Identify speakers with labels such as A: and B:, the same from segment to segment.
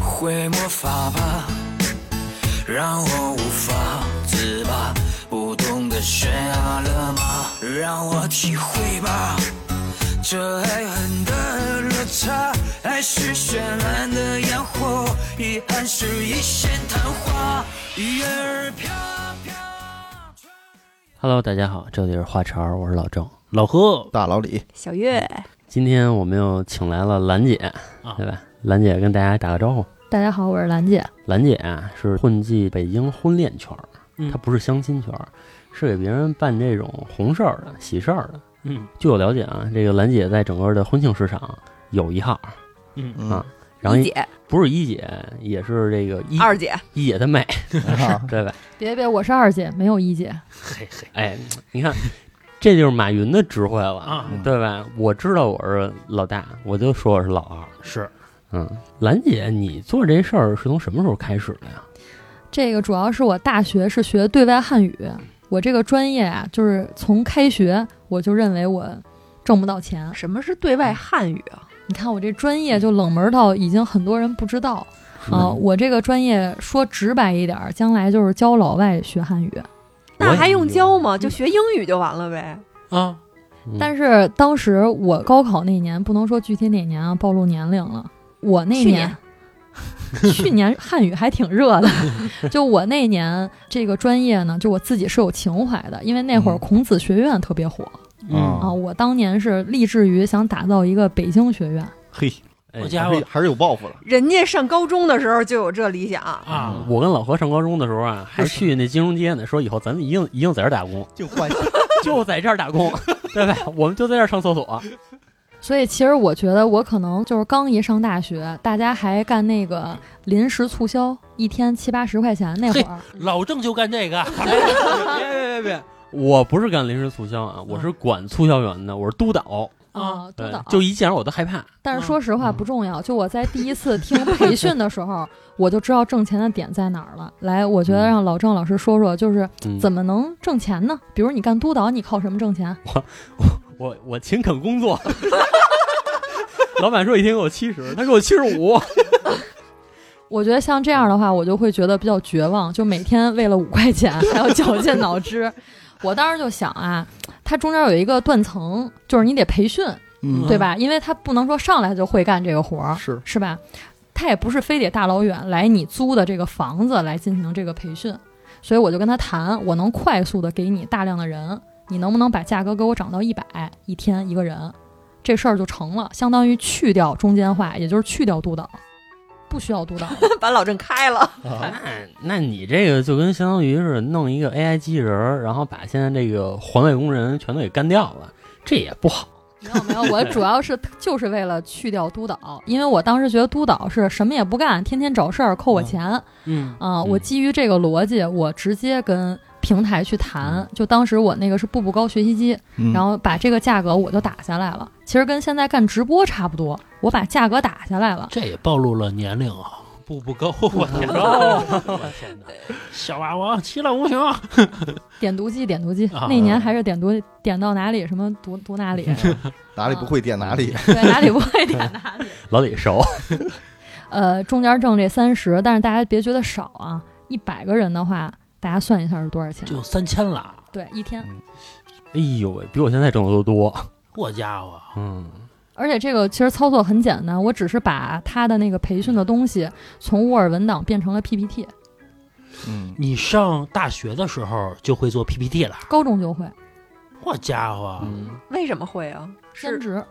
A: 会魔法吧，让我无法自拔。不懂得悬崖勒马，让我体会吧，这爱恨的落差。爱是绚烂的烟火，遗憾是一线昙花，一叶儿飘飘。
B: Hello，大家好，这里是话茬儿，我是老郑，老何
C: 大老李，
D: 小月，
B: 今天我们又请来了兰姐，
E: 啊
B: 对吧？兰姐跟大家打个招呼。
F: 大家好，我是兰姐。
B: 兰姐啊，是混迹北京婚恋圈儿，
E: 嗯
B: 她不是相亲圈儿，是给别人办这种红事儿的、喜事儿的。
E: 嗯
B: 据我了解啊，这个兰姐在整个的婚庆市场有一号，
E: 嗯，
C: 嗯
B: 啊然后
D: 一姐、
B: 不是一姐，也是这个一
D: 二姐，
B: 一姐的 妹，
C: 啊
B: 对吧？
F: 别别，我是二姐，没有一姐。
E: 嘿嘿，
B: 哎，你看，这就是马云的智慧了，
E: 啊
B: 对吧？我知道我是老大，我就说我是老二。
E: 是
B: 嗯，兰姐，你做这事儿是从什么时候开始的呀？
F: 这个主要是我大学是学对外汉语，我这个专业啊，就是从开学我就认为我挣不到钱。
D: 什么是对外汉语啊？
F: 你看我这专业就冷门到已经很多人不知道啊、
B: 嗯
F: 我这个专业说直白一点儿，将来就是教老外学汉语。
D: 那还用教吗？就学英语就完了呗。
E: 啊，
B: 嗯
F: 但是当时我高考那年，不能说具体哪年啊，暴露年龄了。我那
D: 去
F: 年，去年汉语还挺热的。就我那年这个专业呢，就我自己是有情怀的，因为那会儿
C: 嗯
F: 孔子学院特别火、
C: 啊
B: 嗯
F: 啊。我当年是立志于想打造一个北京学院，
C: 嘿，
B: 哎
E: 我家
C: 还
E: 伙
C: 是还是有抱负的。
D: 人家上高中的时候就有这理想，
E: 啊，
B: 我跟老何上高中的时候啊，还去那金融街呢，说以后咱们一定一定在这儿打 工，
C: 就幻想，
B: 就在这儿打工，对吧？我们就在这儿上厕
E: 啊
B: 所。
F: 所以其实我觉得我可能就是刚一上大学，大家还干那个临时促销，一天七八十块钱那会儿，
E: 老郑就干这个，
B: 别别别别，我不是干临时促销啊，我是管促销员的，我是督导。
F: 啊，嗯督
B: 对
F: 导，
B: 就一见着我都害怕。
F: 但是说实话
B: 嗯
F: 不重要，就我在第一次听培训的时 候，我就知道挣钱的点在哪儿了。来，我觉得让老郑老师说说，就是
B: 嗯
F: 怎么能挣钱呢？比如你干督导，你靠什么挣钱？
B: 我我勤恳工作。 老板说一天给我七十，他给我七十五。
F: 我觉得像这样的话，我就会觉得比较绝望，就每天为了五块钱还要绞尽脑汁。 我当时就想啊，它中间有一个断层，就是你得培训，
C: 嗯
F: 对吧？因为他不能说上来就会干这个活儿，
C: 是
F: 是吧？他也不是非得大老远来你租的这个房子来进行这个培训，所以我就跟他谈，我能快速的给你大量的人，你能不能把价格给我涨到一百一天一个人，这事儿就成了，相当于去掉中间化，也就是去掉督导，不需要督导了。
D: 把老郑开了。
C: 啊，
B: 那那你这个就跟相当于是弄一个 AI 机器人儿，然后把现在这个环卫工人全都给干掉了，这也不好。
F: 没有没有，我主要是就是为了去掉督导，因为我当时觉得督导是什么也不干，天天找事儿扣我钱，
E: 嗯
F: 啊、我
B: 嗯
F: 基于这个逻辑，我直接跟平台去谈。就当时我那个是步步高学习机，然
E: 嗯
C: 后
F: 后把这个价格我就打下来了。其实跟现在干直播差不多，我把价格打下来了。
E: 这也暴露了年龄啊，步步高， 我天
D: 哦
E: 哪，我天哪，小霸王其乐无穷，
F: 点读机，点读机，
E: 啊
F: 那年还是点读点到哪里，什么读读哪 里，
C: 哪里不会点哪里，
F: 对，哪里不会点哪 里。
B: 老李熟，
F: 呃，中间挣这三十，但是大家别觉得少啊，一百个人的话，大家算一下是多少钱？啊
E: 就嗯三千了，
F: 对，一天。
B: 哎呦喂，比我现在挣的都多。
E: 我家伙，
B: 嗯，
F: 而且这个其实操作很简单，我只是把他的那个培训的东西从沃尔文档变成了 PPT，
C: 嗯，
E: 你上大学的时候就会做 PPT 了，
F: 高中就会
E: 我家伙，
B: 嗯
D: 为什么会啊？
F: 兼
D: 是
F: 职。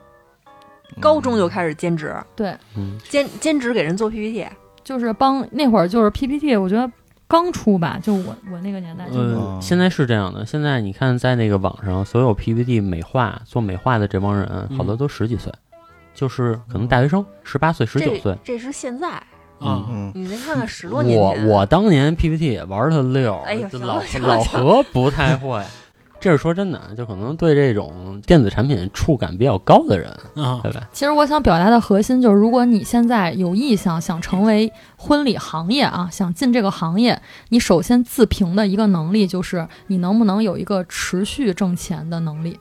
D: 高中就开始兼职，
F: 对，
B: 嗯，
D: 兼兼职给人做 PPT，
F: 就是帮那会儿就是 PPT，我觉得刚出吧，就我我那个年代就、
B: 呃，现在是这样的，现在你看在那个网上，所有 PPT 美化做美化的这帮人，好多都十几岁，就是可能大学生，十八岁、十九岁
D: 这。这是现在，
E: 啊，
C: 嗯，
D: 你再看看十多年
B: 我
D: 前，
B: 我当年 PPT 也玩它溜，
D: 哎呦
B: 这
D: 行
B: 老
D: 了行了
B: 老何不太会。这是说真的，啊就可能对这种电子产品触感比较高的人，
E: 啊，
B: 对吧？
F: 其实我想表达的核心就是，如果你现在有意向想成为婚礼行业啊，想进这个行业，你首先自评的一个能力就是你能不能有一个持续挣钱的能力，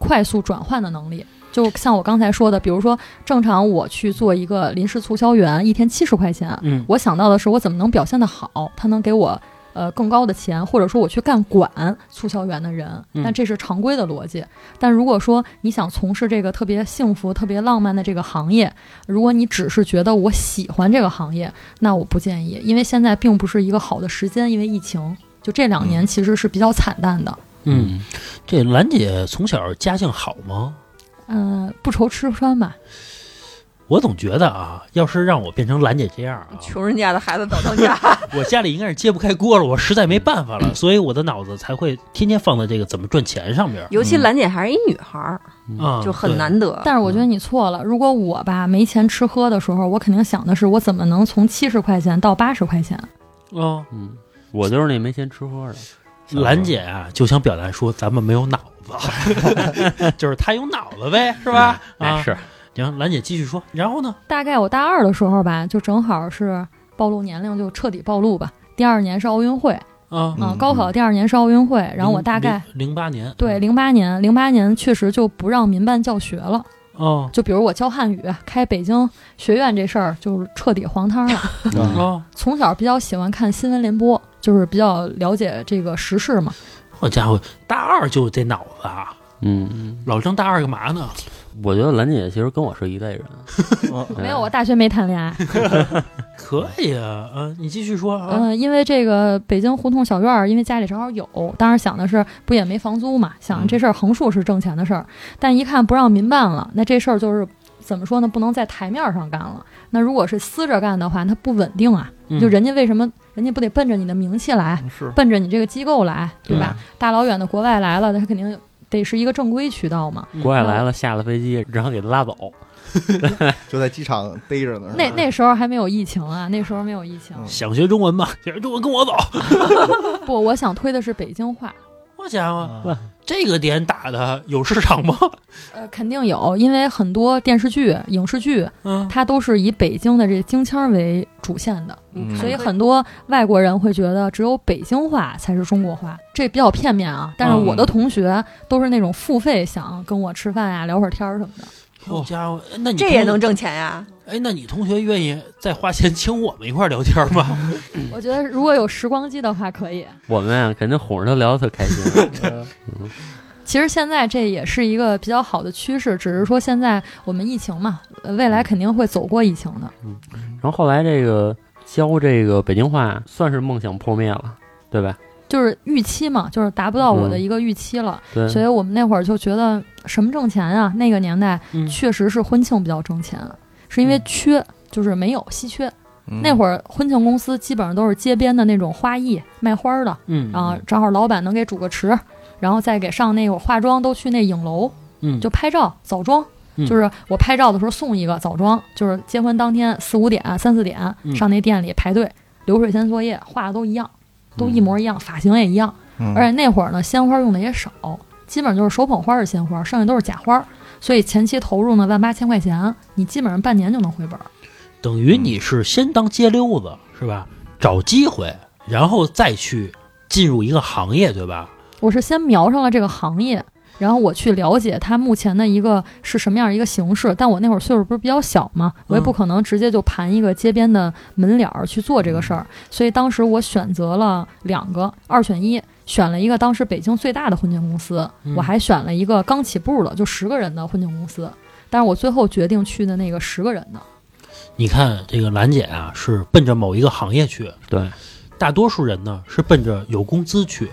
F: 快速转换的能力。就像我刚才说的，比如说正常我去做一个临时促销员，一天七十块钱，
E: 嗯，
F: 我想到的是我怎么能表现得好，他能给我呃更高的钱，或者说我去干管促销员的人，
E: 嗯
F: 但这是常规的逻辑。但如果说你想从事这个特别幸福、特别浪漫的这个行业，如果你只是觉得我喜欢这个行业，那我不建议，因为现在并不是一个好的时间，因为疫情，就这两年其实是比较惨淡的。
E: 嗯，这兰姐从小家境好吗？
F: 嗯、不愁吃穿吧，
E: 我总觉得啊，要是让我变成兰姐这样啊，
D: 穷人家的孩子早当家，
E: 我家里应该是揭不开锅了，我实在没办法了，所以我的脑子才会天天放在这个怎么赚钱上面
D: 尤其兰姐还是一女孩儿，
E: 啊，
D: 就很
E: 对。
D: 难得。
F: 但是我觉得你错了。如果我吧没钱吃喝的时候，我肯定想的是我怎么能从七十块钱到八十块钱。
E: 嗯，
B: 嗯，我就是那没钱吃喝的。嗯
E: 兰姐啊，就想表达说咱们没有脑子，就是她有脑子呗，是吧？啊，
B: 哎是，
E: 行，兰姐继续说，然后呢？
F: 大概我大二的时候吧，就正好是暴露年龄，就彻底暴露吧。第二年是奥运会
E: 啊，
F: 啊、
C: 嗯
F: 高考第二年是奥运会，然后
E: 嗯
F: 我大概
E: 零八年，
F: 对零八年，零八年确实就不让民办教学了，
E: 哦
F: 就比如我教汉语、开北京学院这事儿，就是彻底黄摊儿了。
B: 哎
C: 嗯
E: 哦，
F: 从小比较喜欢看新闻联播，就是比较了解这个时事嘛。
E: 好家伙，大二就这脑子啊！
B: 嗯，
E: 老郑大二干嘛呢？
B: 我觉得兰姐其实跟我是一类人。
C: 嗯
F: 没有，我大学没谈恋爱。
E: 可以啊，嗯，你继续说啊。
F: 嗯，因为这个北京胡同小院儿，因为家里正好有，当时想的是不也没房租嘛，想
E: 嗯
F: 这事儿横竖是挣钱的事儿，但一看不让民办了，那这事儿就是怎么说呢，不能在台面上干了。那如果是私着干的话，它不稳定啊。
E: 嗯
F: 就人家为什么人家不得奔着你的名气来，
C: 是
F: 奔着你这个机构来，对
E: 对
F: 吧？大老远的国外来了，那他肯定得是一个正规渠道嘛。
D: 嗯
B: 国外来了，下了飞机，然后给他拉走。
C: 就在机场逮着
E: 嗯
C: 呢。是吧
F: 那那时候还没有疫情啊，那时候没有疫情。
C: 嗯
E: 想学中文吗？想学中文跟我走。嗯
F: 不，我想推的是北京话。
E: 好家伙，
C: 啊
E: 这个点打的有市场吗？
F: 呃，肯定有，因为很多电视剧、影视剧，
E: 嗯，
F: 它都是以北京的这京腔儿为主线的，
C: 嗯
F: 所以很多外国人会觉得只有北京话才是中国话，这比较片面啊。但是我的同学都是那种付费想跟我吃饭呀、聊会儿天儿什么的。
E: 好家伙，那你
D: 这也能？挣钱呀？
E: 哎，那你同学愿意再花钱请我们一块儿聊天吗？
F: 我觉得如果有时光机的话，可以。
B: 我们啊，肯定哄着他聊得特开 心。啊
F: 其实现在这也是一个比较好的趋势，只是说现在我们疫情嘛，呃未来肯定会走过疫情的。
B: 然后后来这个教这个北京话，算是梦想破灭了，对吧？
F: 就是预期嘛，就是达不到我的
B: 嗯
F: 一个预期了，
B: 对，
F: 所以我们那会儿就觉得什么挣钱啊？那个年代
E: 嗯
F: 确实是婚庆比较挣钱，是因为缺，就是没有稀缺。
C: 嗯
E: 嗯
F: 那会儿婚庆公司基本上都是街边的那种花艺卖花儿的，
E: 嗯
F: 然后正好老板能给煮个池，然后再给上那个化妆，都去那影楼
E: 嗯，
F: 就拍照早妆。
E: 嗯
F: 就是我拍照的时候送一个早妆，就是结婚当天四五点、三四点
E: 嗯
F: 上那店里排队，流水线作业，画的都一样，都一
B: 嗯
F: 模一样，发型也一样。
C: 嗯
F: 而且那会儿呢，鲜花用的也少，基本就是手捧花是鲜花，剩下都是假花。所以前期投入呢，万八千块钱，你基本上半年就能回本儿。
E: 等于你是先当街溜子是吧？找机会，然后再去进入一个行业，对吧？
F: 我是先瞄上了这个行业，然后我去了解它目前的一个是什么样一个形式。但我那会儿岁数不是比较小嘛，我也不可能直接就盘一个街边的门脸儿去做这个事儿。所以当时我选择了两个二选一，选了一个当时北京最大的婚庆公司，
E: 嗯
F: 我还选了一个刚起步的就十个人的婚庆公司。但是我最后决定去的那个十个人的，
E: 你看这个兰姐啊，是奔着某一个行业去，
B: 对，
E: 大多数人呢是奔着有工资去，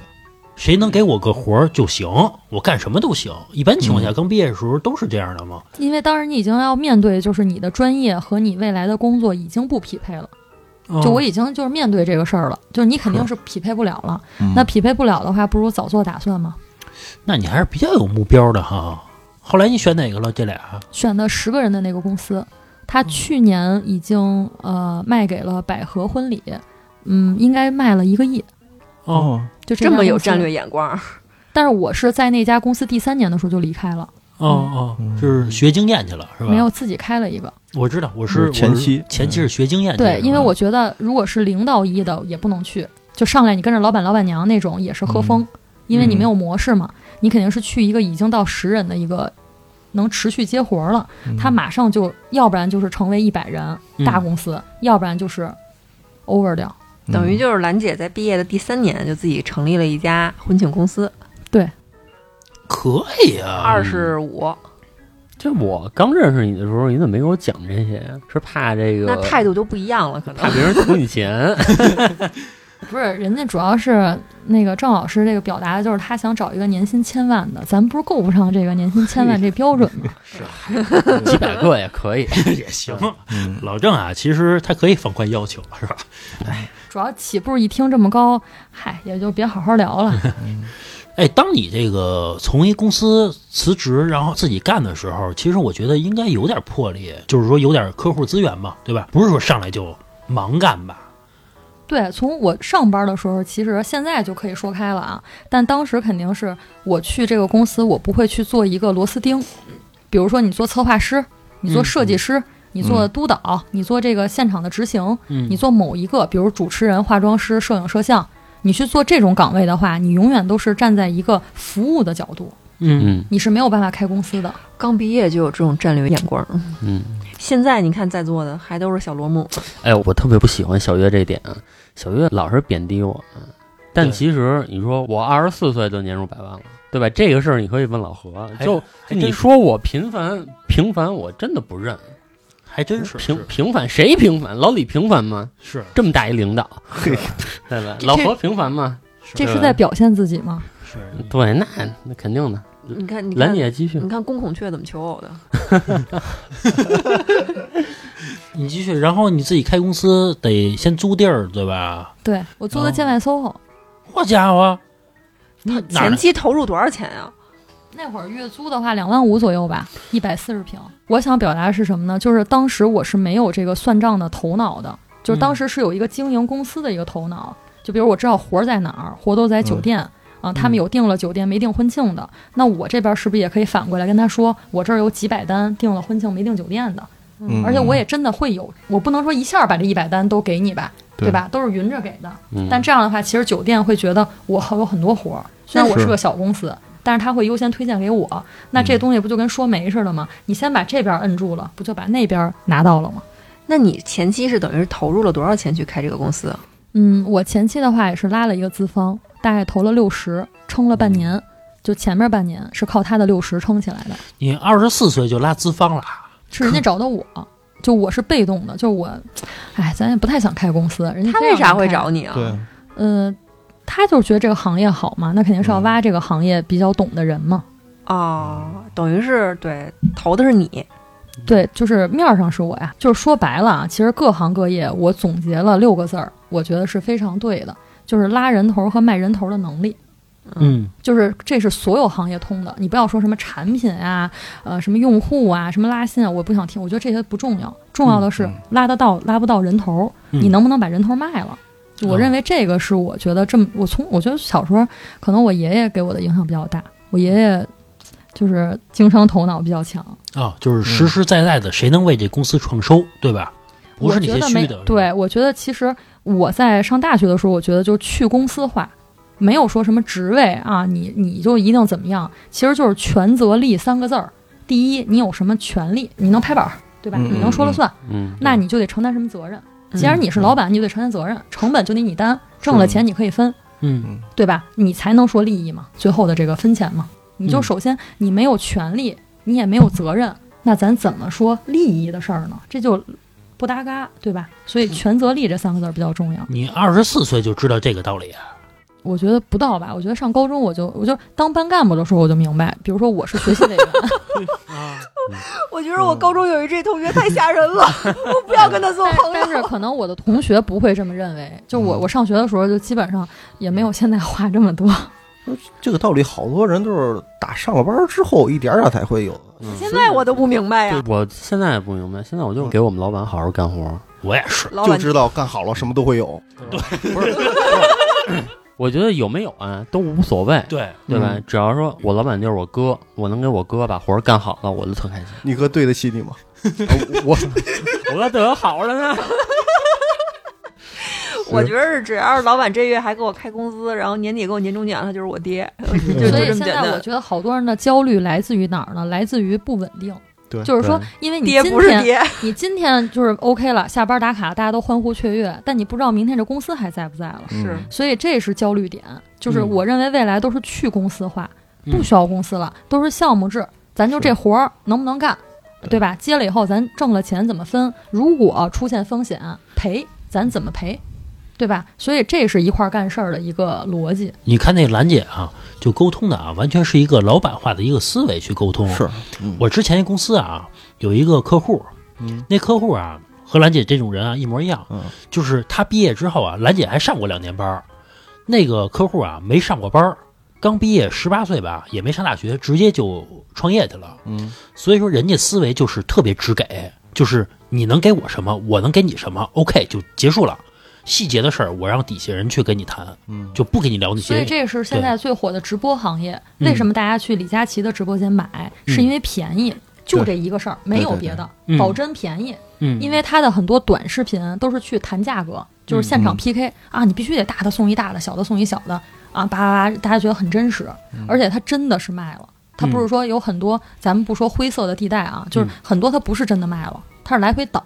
E: 谁能给我个活儿就行，我干什么都行。一般情况下，刚毕业的时候都是这样的嘛。
F: 因为当时你已经要面对，就是你的专业和你未来的工作已经不匹配了。嗯
E: 哦
F: 就我已经就是面对这个事儿了，就是你肯定是匹配不了了。
C: 嗯
F: 那匹配不了的话，不如早做打算嘛。
E: 那你还是比较有目标的哈。后来你选哪个了？这俩？
F: 选的十个人的那个公司，他
E: 嗯
F: 去年已经呃卖给了百合婚礼，嗯，应该卖了一个亿。
E: 哦
F: 就
D: 这
F: 家
D: 么有
F: 公司
D: 战略，眼光，
F: 但是我是在那家公司第三年的时候就离开了，
E: 哦哦，就是学经验去了是
F: 嗯
E: 吧？
F: 没有，自己开了一个。
E: 我知道，我是
C: 嗯前期
E: 我是前期是学经验去的
F: 对，因为我觉得如果是零到一的也不能去，就上来你跟着老板老板娘那
E: 嗯
F: 种也是喝风，因为你没有模式嘛，你肯定是去一个已经到十人的一个能持续接活儿了，
C: 嗯
F: 他马上就要不然就是成为一百人
E: 嗯
F: 大公司，要不然就是 over 掉。
C: 嗯
D: 等于就是兰姐在毕业的第三年就自己成立了一家婚庆公司，
E: 可以啊，
D: 二十五，
B: 这我刚认识你的时候，你怎么没给我讲这些呀？是怕这
E: 嗯
B: 个
D: 那态度就不一样了，可
B: 怕
D: 能
B: 别人图你钱？
F: 不是，人家主要是那个郑老师这个表达的就是他想找一个年薪千万的，咱不是够不上这个年薪千万这标准吗？
B: 几百个也可以。
E: 也行。
C: 嗯
E: 老郑啊，其实他可以放宽要求，是吧？
F: 主要起步一听这么高，嗨，也就别好好聊了。
E: 哎，当你这个从一公司辞职，然后自己干的时候，其实我觉得应该有点魄力，就是说有点客户资源嘛，对吧？不是说上来就盲干吧？
F: 对，从我上班的时候，其实现在就可以说开了啊，但当时肯定是我去这个公司，我不会去做一个螺丝钉。比如说，你做策划师，你
E: 嗯
F: 做设计师，你做督导，你做这个现场的执行，
E: 嗯
F: 你做某一个，比如主持人、化妆师、摄影、摄像，你去做这种岗位的话，你永远都是站在一个服务的角度，
E: 嗯，
B: 嗯
F: 你是没有办法开公司的。
D: 刚毕业就有这种战略眼光。
B: 嗯，
D: 现在你看在座的还都是小螺母，
B: 哎呦，我特别不喜欢小月这一点啊，小月老是贬低我。嗯但
E: 对
B: 其实你说我二十四岁就年入百万了，对吧？这个事儿你可以问老何。啊
E: 还
B: 就
E: 哎还真
B: 你
E: 是
B: 说我平凡平凡，我真的不认。
E: 还真是
B: 平平凡谁平凡？老李平凡吗？
E: 是
B: 这么大一领 导，
C: 嘿，
B: 对吧？
D: 这
B: 老何平凡吗？
E: 是
F: 这
B: 对
F: 是在表现自己吗？
E: 是
B: 对，那那肯定的。
E: 嗯
D: 你看，你看
B: 兰，姐继续
D: 你，看公孔雀怎么求偶的？
E: 你继续，然后你自己开公司得先租地儿，对吧？
F: 对我
E: 哦
F: 做的建外 SOHO，、
E: 好家伙，你哪儿
D: 前期投入多少钱啊呀、
F: 那会儿月租的话，两万五左右吧，一百四十平。我想表达的是什么呢？就是当时我是没有这个算账的头脑的，就是当时是有一个经营公司的一个头脑。就比如我知道活儿在哪儿，活都在酒店。啊，他们有订了酒店没订婚庆的，那我这边是不是也可以反过来跟他说，我这儿有几百单订了婚庆没订酒店的，
C: 嗯
F: 而且我也真的会有，我不能说一下把这一百单都给你吧，
C: 对
F: 对吧？都是匀着给的，
B: 嗯
F: 但这样的话，其实酒店会觉得我还有很多活儿，虽然我是个小公司，但是他会优先推荐给我。那这东西不就跟说媒似的吗？你先把这边摁住了，不就把那边拿到了吗？
D: 那你前期是等于是投入了多少钱去开这个公司？
F: 嗯，我前期的话也是拉了一个资方，大概投了六十，撑了半年。就前面半年是靠他的六十撑起来的，
E: 你二十四岁就拉资方了，啊
F: 是人家找的我，就我是被动的，就是我，哎，咱也不太想开公司，人家
D: 他
F: 非
D: 为
F: 让
D: 啥
F: 我
D: 会
F: 开
D: 找你啊？
C: 对，
F: 呃，他就是觉得这个行业好嘛，那肯定是要挖这个行业比较懂的人嘛。
D: 哦，等于是对投的是你，
F: 对，就是面儿上是我呀。就是说白了啊，其实各行各业我总结了六个字儿，我觉得是非常对的，就是拉人头和卖人头的能力。
E: 嗯，
F: 就是这是所有行业通的，你不要说什么产品啊，呃，什么用户啊，什么拉新啊，我不想听，我觉得这些不重要，重要的是
C: 嗯
F: 拉得到拉不到人头，
E: 嗯
F: 你能不能把人头卖了？就
C: 哦
F: 我认为这个是我觉得这么，我从我觉得小时候可能我爷爷给我的影响比较大，我爷爷就是经商头脑比较强，
E: 啊，就是实实在在的，谁能为这公司创收，对吧？不是
F: 我
E: 你
F: 觉
E: 些
F: 得
E: 虚
F: 没
E: 的，
F: 对，我觉得其实我在上大学的时候，我觉得就是去公司化，没有说什么职位啊，你你就一定怎么样，其实就是权责利三个字儿。第一，你有什么权利，你能拍板儿，对吧？
C: 嗯
F: 你能说了算，
B: 嗯，
F: 那你就得承担什么责任。
D: 嗯
F: 既然你是老板，你就得承担责任，成本就得你担，挣了钱你可以分，
E: 嗯，
F: 对吧？你才能说利益嘛，最后的这个分钱嘛。你就
E: 嗯
F: 首先你没有权利，你也没有责任，那咱怎么说利益的事儿呢？这就不搭嘎，对吧？所以权责利这三个字儿比较重要。
E: 你二十四岁就知道这个道理啊，
F: 我觉得不到吧，我觉得上高中我就我就当班干部的时候我就明白，比如说我是学 习委员，
D: 我觉得我高中有一这同学太吓人了，
E: 嗯
D: 我不要跟他做朋
F: 但是可能我的同学不会这么认为。就
D: 嗯
F: 我我上学的时候就基本上也没有现在话这么多。
C: 这个道理好多人都是打上了班之后一点儿点儿啊才会有的。
D: 现在我都不明白啊呀、
B: 对我现在也不明白，现在我就是给我们老板好好干活。
E: 我也是，
D: 老
C: 就
D: 板
C: 知道干好了什么都会有，
B: 我觉得有没有啊都无所谓，
E: 对，
B: 对吧
C: 嗯？
B: 只要说我老板就是我哥，我能给我哥把活儿干好了，我就特 开心。
C: 你哥对得起你吗？啊我
B: 我对我好了呢，
D: 我觉得只要是老板这月还给我开工资，然后年底给我年终奖，他就是我爹， 就就
F: 所
D: 这
F: 以现
D: 么简
F: 在我
D: 单。
F: 觉得好多人的焦虑来自于哪儿呢？来自于不稳定。
C: 对
F: 就是说，因为你
D: 爹
F: 今
D: 不是
F: 天
D: 爹，
F: 你今天就是 OK 了，下班打卡，大家都欢呼雀跃，但你不知道明天这公司还在不在了，
D: 是
F: 所以这是焦虑点。就是
E: 嗯
F: 我认为未来都是去公司化，
E: 嗯
F: 不需要公司了，都是项目制，咱就这活儿能不能干，对
E: 嗯
F: 吧？接了以后，咱挣了钱怎么分？如果出现风险赔，咱怎么赔？对吧？所以这是一块儿干事儿的一个逻辑。
E: 你看那兰姐啊，就沟通的啊，完全是一个老板化的一个思维去沟通。
C: 是，嗯
E: 我之前一公司啊，有一个客户，
C: 嗯
E: 那客户啊和兰姐这种人啊一模一样，
C: 嗯
E: 就是他毕业之后啊，兰姐还上过两年班儿，那个客户啊没上过班儿，刚毕业十八岁吧，也没上大学，直接就创业去了。
C: 嗯，
E: 所以说人家思维就是特别直给，就是你能给我什么，我能给你什么，OK 就结束了。细节的事儿，我让底下人去跟你谈，
C: 嗯
E: 就不跟你聊那些。
F: 所以这是现在最火的直播行业。
E: 对
F: 为什么大家去李佳琦的直播间买？
E: 嗯
F: 是因为便宜，就这一个事儿，没有别的，
E: 对嗯
F: 保真便宜。
E: 嗯，
F: 因为他的很多短视频都是去谈价格，就是现场 PK 啊，你必须得大的送一大的，小的送一小的啊，叭叭叭，大家觉得很真实，而且他真的是卖了。他不是说有很多，咱们不说灰色的地带啊，就是很多他不是真的卖了，他是来回倒，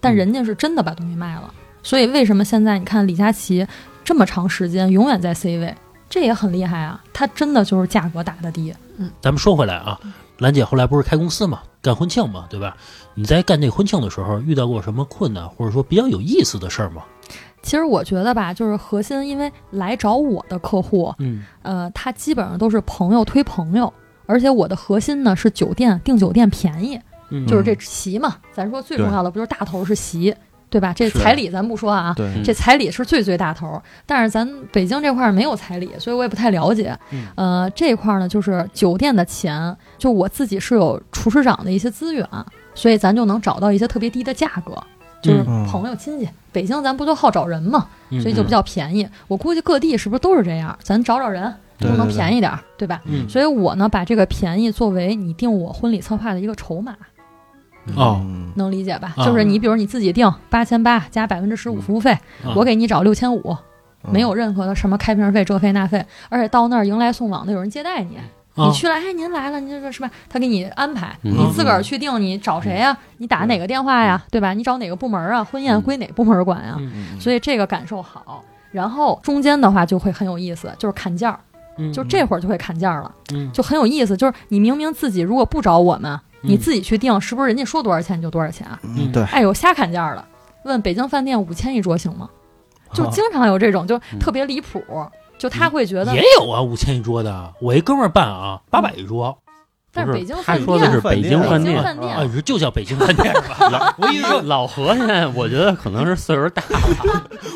F: 但人家是真的把东西卖了。所以为什么现在你看李佳琦这么长时间永远在 C 位，这也很厉害啊！他真的就是价格打的低，
E: 咱们说回来啊，兰姐后来不是开公司嘛，干婚庆嘛，对吧？你在干这婚庆的时候遇到过什么困难，或者说比较有意思的事儿吗？
F: 其实我觉得吧，就是核心，因为来找我的客户，
E: 嗯，
F: 呃，他基本上都是朋友推朋友，而且我的核心呢是酒店订酒店便宜，
C: 嗯
F: 就是这席嘛，咱说最重要的不就是大头是席，对吧？这
C: 是嗯
F: 彩礼咱不说啊。
C: 对，
F: 这彩礼是最最大头，但是咱北京这块儿没有彩礼，所以我也不太了解。
E: 嗯
F: 呃，这块儿呢，就是酒店的钱，就我自己是有厨师长的一些资源，所以咱就能找到一些特别低的价格，就是
C: 嗯
F: 朋友亲戚。北京咱不就好找人嘛，
E: 嗯
F: 所以就比较便宜。我估计各地是不是都是这样？咱找找人，
C: 对
F: 都能
C: 对对
F: 便宜点儿，对吧？
E: 嗯
F: 所以我呢，把这个便宜作为你定我婚礼策划的一个筹码，
E: 哦
C: 嗯
F: 能理解吧？
E: 啊
F: 就是你比如你自己定八千八加百分之十五服务费，
E: 啊
F: 我给你找六千五，
A: 嗯
F: 没有任何的什么开瓶费、这费那费，而且到那儿迎来送往的有人接待你。
E: 啊
F: 你去了，哎，您来了，您这个是吧？他给你安排，
B: 嗯
F: 你自个儿去定，你找谁呀、你打哪个电话呀？对吧？你找哪个部门啊？婚宴
B: 嗯
F: 归哪部门管呀、
E: 嗯
F: 所以这个感受好。然后中间的话就会很有意思，就是砍价儿，
E: 嗯
F: 就这会儿就会砍价儿了，
E: 嗯
F: 就很有意思。就是你明明自己如果不找我们，
E: 嗯
F: 你自己去定，是不是人家说多少钱你就多少钱？
C: 嗯对，
F: 哎呦，瞎砍价儿了。问北京饭店五千一桌行吗？就经常有这种，就特别离谱。
B: 嗯
F: 就他会觉得，
E: 也有啊，五千一桌的，我一哥们儿办啊，八百一桌，
F: 但
B: 不
F: 北京
B: 他
F: 饭
B: 说的
F: 店
B: 是北京
F: 北
B: 饭
F: 京
B: 店。哎
F: 饭
E: 啊，
F: 店，
E: 就叫北京饭店吧。
B: 我以为老何现在，我觉得可能是岁数大，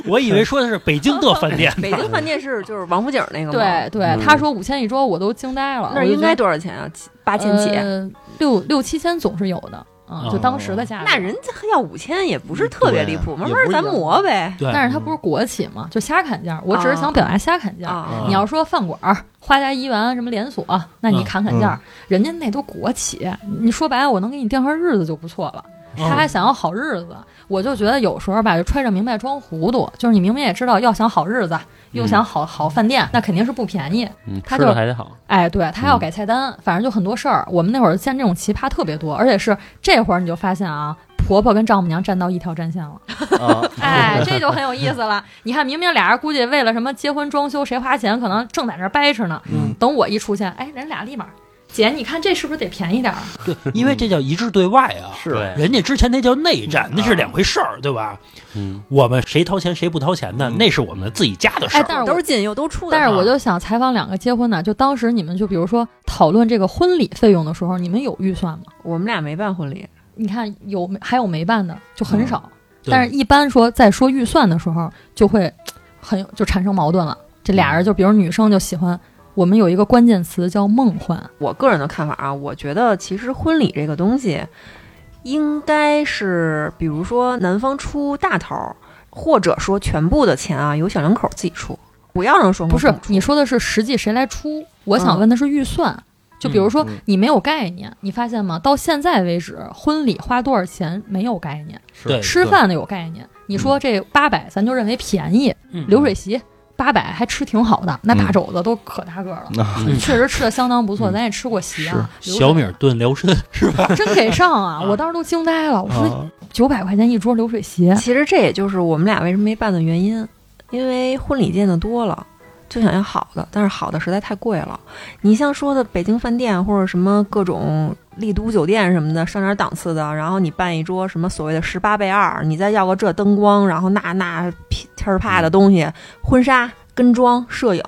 E: 我以为说的是北京的饭 店
D: 北京饭店是就是王府井那个吗？
F: 对，对，
B: 嗯
F: 他说五千一桌，我都惊呆了。
D: 那儿应该多少钱啊？七八
F: 八
D: 千起。
F: 呃六六七千总是有的，啊，
B: 哦
F: 就当时的价格。
D: 那人家要五千也不是特别离谱，慢
E: 嗯也
D: 慢
E: 不
D: 咱
E: 一样
D: 磨呗。
E: 对，
F: 但是它不是国企嘛，就瞎砍价儿。我只是想表达瞎砍价儿。
D: 啊，
F: 你要说饭馆儿、花家怡园什么连锁，那你砍砍价儿，人家那都国企。你说白了，我能给你定上日子就不错了。他还想要好日子，我就觉得有时候吧，就揣着明白装糊涂。就是你明明也知道，要想好日子，又想好好饭店，那肯定是不便宜。
B: 嗯
F: 他
B: 吃
F: 就
B: 的还得 好。
F: 哎，对他要改菜单，反正就很多事儿。我们那会儿见这种奇葩特别多，而且是这会儿你就发现啊，婆婆跟丈母娘站到一条战线了。
C: 啊，
B: 嗯
F: 哎，这就很有意思了。你看，明明俩人估计为了什么结婚装修谁花钱，可能正在那儿掰扯呢。
C: 嗯
F: 等我一出现，哎，人俩立马，姐，你看这是不是得便宜点儿啊？
E: 对，因为这叫一致对外啊。
C: 是
B: 对
E: 人家之前那叫内
F: 嗯
E: 战，那是两回事儿，对吧？
B: 嗯，
E: 我们谁掏钱谁不掏钱的，
C: 嗯
E: 那是我们自己家的事
F: 哎
E: 儿。
F: 但是我
D: 都是进又都出的
F: 但
D: 嘛，
F: 是我就想采访两个结婚的，就当时你们就比如说讨论这个婚礼费用的时候，你们有预算吗？
D: 我们俩没办婚礼，
F: 你看有还有没办的就很少，
E: 对
F: 但是一般说在说预算的时候，就会很有就产生矛盾了。这俩人就比如女生就喜欢，我们有一个关键词叫梦幻，
D: 我个人的看法啊，我觉得其实婚礼这个东西，应该是比如说男方出大头儿，或者说全部的钱啊由小两口哦自己出，不要让双方
F: 不是
D: 共，出
F: 你说的是实际谁来出？我想
D: 嗯
F: 问的是预算，就比如说
C: 嗯嗯
F: 你没有概念，你发现吗？到现在为止，婚礼花多少钱没有概念，
E: 哎对
F: 吃饭的有概念。你说这八百，咱就认为便宜，
E: 嗯
F: 流水席八百还吃挺好的，那大
C: 嗯
F: 肘子都可大个了。
C: 那
E: 嗯
F: 确实吃的相当不错，咱也吃过席啊，流水
E: 小米炖辽参是吧？
F: 真给上啊！
E: 啊
F: 我当时都惊呆了，我说
C: 啊，
F: 九百块钱一桌流水席，
D: 其实这也就是我们俩为什么没办的原因，因为婚礼见的多了，就想要好的，但是好的实在太贵了。你像说的北京饭店或者什么各种丽都酒店什么的，上点档次的，然后你办一桌什么所谓的十八倍二，你再要个这灯光，然后那那噼天儿啪的
F: 嗯
D: 东西，婚纱、跟妆、摄影。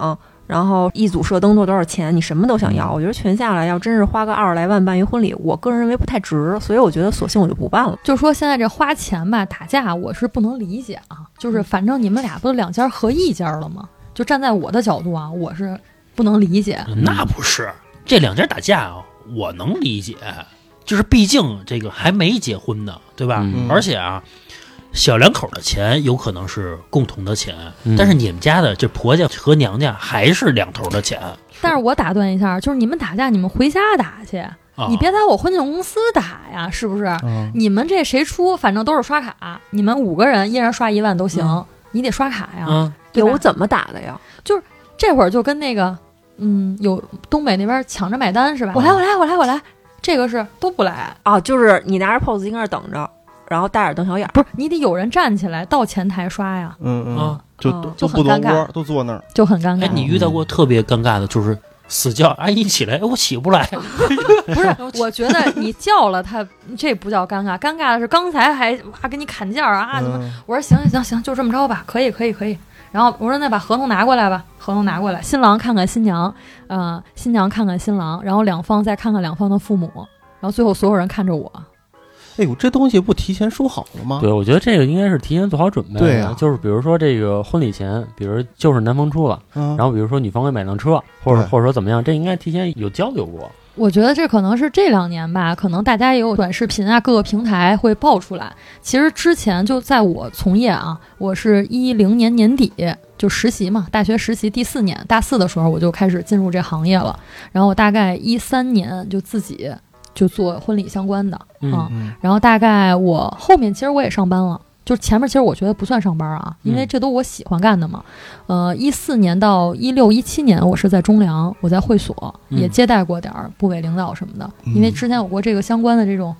D: 然后一组射灯多多少钱？你什么都想
F: 嗯
D: 要，我觉得全下来要真是花个二十来万办一婚礼，我个人认为不太值，所以我觉得索性我就不办了。
F: 就说现在这花钱吧，打架我是不能理解啊。就是反正你们俩不是两家合一家了吗？就站在我的角度啊，我是不能理解。
B: 嗯
E: 那不是，这两家打架啊，我能理解，就是毕竟这个还没结婚呢，对吧？
B: 嗯
E: 而且啊，小两口的钱有可能是共同的钱，
B: 嗯
E: 但是你们家的这婆家和娘家还是两头的钱
F: 但是我打断一下，就是你们打架，你们回家打去，
E: 啊。
F: 嗯你别在我婚庆公司打呀，是不是？
C: 嗯
F: 你们这谁出，反正都是刷卡，你们五个人一人刷一万都行，你得刷卡呀。
E: 啊，
F: 对吧
D: 有怎么打的呀？
F: 这会儿就跟那个，嗯，有东北那边抢着买单是吧？我来，我来，我来，我来，这个是都不来，
D: 啊，就是你拿着 POS 应该是等着，然后带着瞪小眼儿。
F: 不是你得有人站起来到前台刷呀，
C: 嗯嗯
E: 啊，
C: 就
D: 啊
C: 都都
F: 就
C: 不
F: 很
C: 挪
F: 尴尬
C: 窝，都坐那儿，
F: 就很尴
E: 哎，
F: 尬。
E: 你遇到过特别尴尬的，就是死叫阿姨起来，哎我起不来，
F: 不是，我觉得你叫了他，这不叫尴尬，尴尬的是刚才还哇跟你砍价儿啊，怎么？
C: 嗯
F: 我说行行行行，就这么着吧，可以可以可以。然后我说那把合同拿过来吧，合同拿过来，新郎看看新娘，呃，新娘看看新郎，然后两方再看看两方的父母，然后最后所有人看着我，
C: 哎呦，这东西不提前说好了吗？
B: 嗯对，我觉得这个应该是提前做好准备的。
C: 对啊
B: 就是比如说这个婚礼前，比如就是男方出了，
C: 嗯，
B: 然后比如说女方会买辆车，或者
C: 对
B: 或者说怎么样，这应该提前有交流过。
F: 我觉得这可能是这两年吧，可能大家也有短视频啊，各个平台会爆出来。其实之前就在我从业啊，我是一零年年底就实习嘛，大学实习第四年，大四的时候我就开始进入这行业了。然后我大概一三年就自己就做婚礼相关的啊、
B: 嗯
C: 嗯
F: 然后大概我后面其实我也上班了。就是前面其实我觉得不算上班啊，因为
B: 嗯
F: 这都我喜欢干的嘛。呃，一四年到一六一七年，我是在中粮，我在会所
E: 嗯
F: 也接待过点儿部委领导什么的，
C: 嗯
F: 因为之前有过这个相关的这种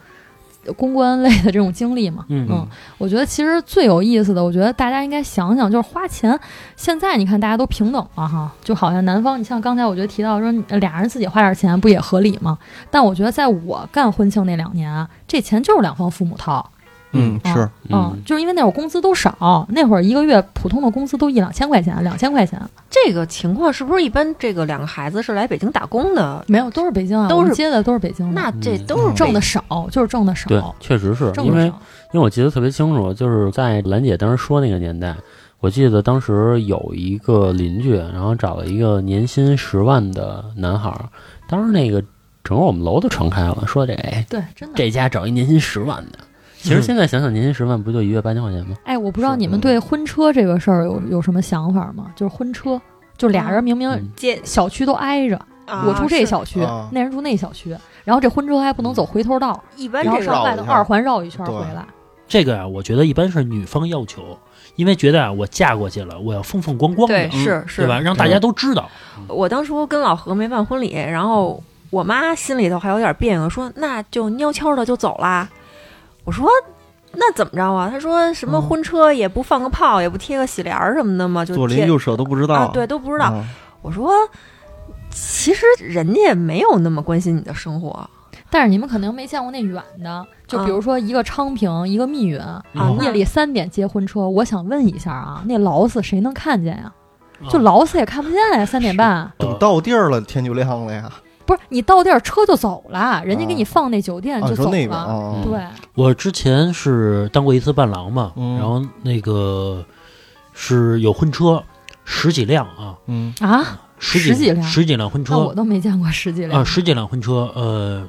F: 公关类的这种经历嘛。
E: 嗯
F: 嗯我觉得其实最有意思的，我觉得大家应该想想，就是花钱。现在你看大家都平等了哈，就好像男方，你像刚才我觉得提到说呃俩人自己花点钱不也合理吗？但我觉得在我干婚庆那两年啊，这钱就是两方父母掏。
C: 嗯
F: 嗯
C: 是，
F: 嗯，就是因为那会儿工资都少，那会儿一个月普通的工资都一两千块钱，两千块钱
D: 这个情况是不是一般？这个两个孩子是来北京打工的，
F: 没有，都是北京啊，
D: 都
F: 我们
D: 是
F: 接的都是北京的，
D: 那这
B: 嗯
D: 都是北
F: 挣的少，就是挣的少，
B: 对，确实是
F: 挣
B: 因为
F: 的
B: 因
F: 少。
B: 为我记得特别清楚，就是在兰姐当时说那个年代，我记得当时有一个邻居，然后找了一个年薪十万的男孩儿，当时那个整个我们楼都传开了，说这哎
F: 对，真的。
B: 这家找一年薪十万的。其
F: 嗯
B: 实现在想想，年薪十万不就一月八千块钱吗？
F: 哎，我不知道
C: 是嗯
F: 你们对婚车这个事儿有有什么想法吗？就是婚车，就俩人明明
B: 嗯
D: 街，
F: 小区都挨着，
D: 啊
F: 我住这，小区，
C: 啊嗯
F: 那人住那小区，然后这婚车还不能走回头道，
D: 是一般
F: 然后
D: 这
F: 上
D: 个
C: 哎绕
F: 外
C: 一
F: 头
C: 下
F: 二环绕一圈回
C: 对
F: 来。
E: 这个啊，我觉得一般是女方要求，因为觉得啊，我嫁过去了，我要风风光光的
D: 对，
C: 嗯
D: 是
E: 对吧？
D: 是。
E: 让大家都知道。
D: 嗯我当初跟老何没办婚礼，然后我妈心里头还有点别扭，说那就悄悄的就走啦。我说。那怎么着啊？她说什么
C: 嗯
D: 婚车也不放个炮，也不贴个喜帘儿什么的吗？就
C: 左邻
D: 贴
C: 右舍都不知
D: 啊
C: 道，，嗯
D: 对，都不
C: 不
D: 知道。，我说，其实人家没有那么关心你的生活啊，
F: 但是你们可能没见过那远的，就比如说一个昌平，一个密云，
E: 嗯
F: 夜
D: 啊那
F: 里三点接婚车。我想问一下啊，那劳斯谁能看见呀？就
E: 啊
F: 劳斯也看不见呀，三点半。
C: 等到地儿了，天就亮了呀。
F: 不是你到地儿车就走了，人家给你
C: 啊
F: 放那酒店
C: 啊，
F: 就
C: 你说
F: 走
C: 那边
F: 了。
C: 啊，
F: 对，
E: 我之前是当过一次伴郎嘛，
C: 嗯
E: 然后那个是有婚车十几辆啊，
C: 嗯
F: 啊，
E: 十
F: 十几辆
E: 十几辆婚
F: 那我
E: 车
F: 都没见过十几辆
E: 啊，。十几辆婚车。呃，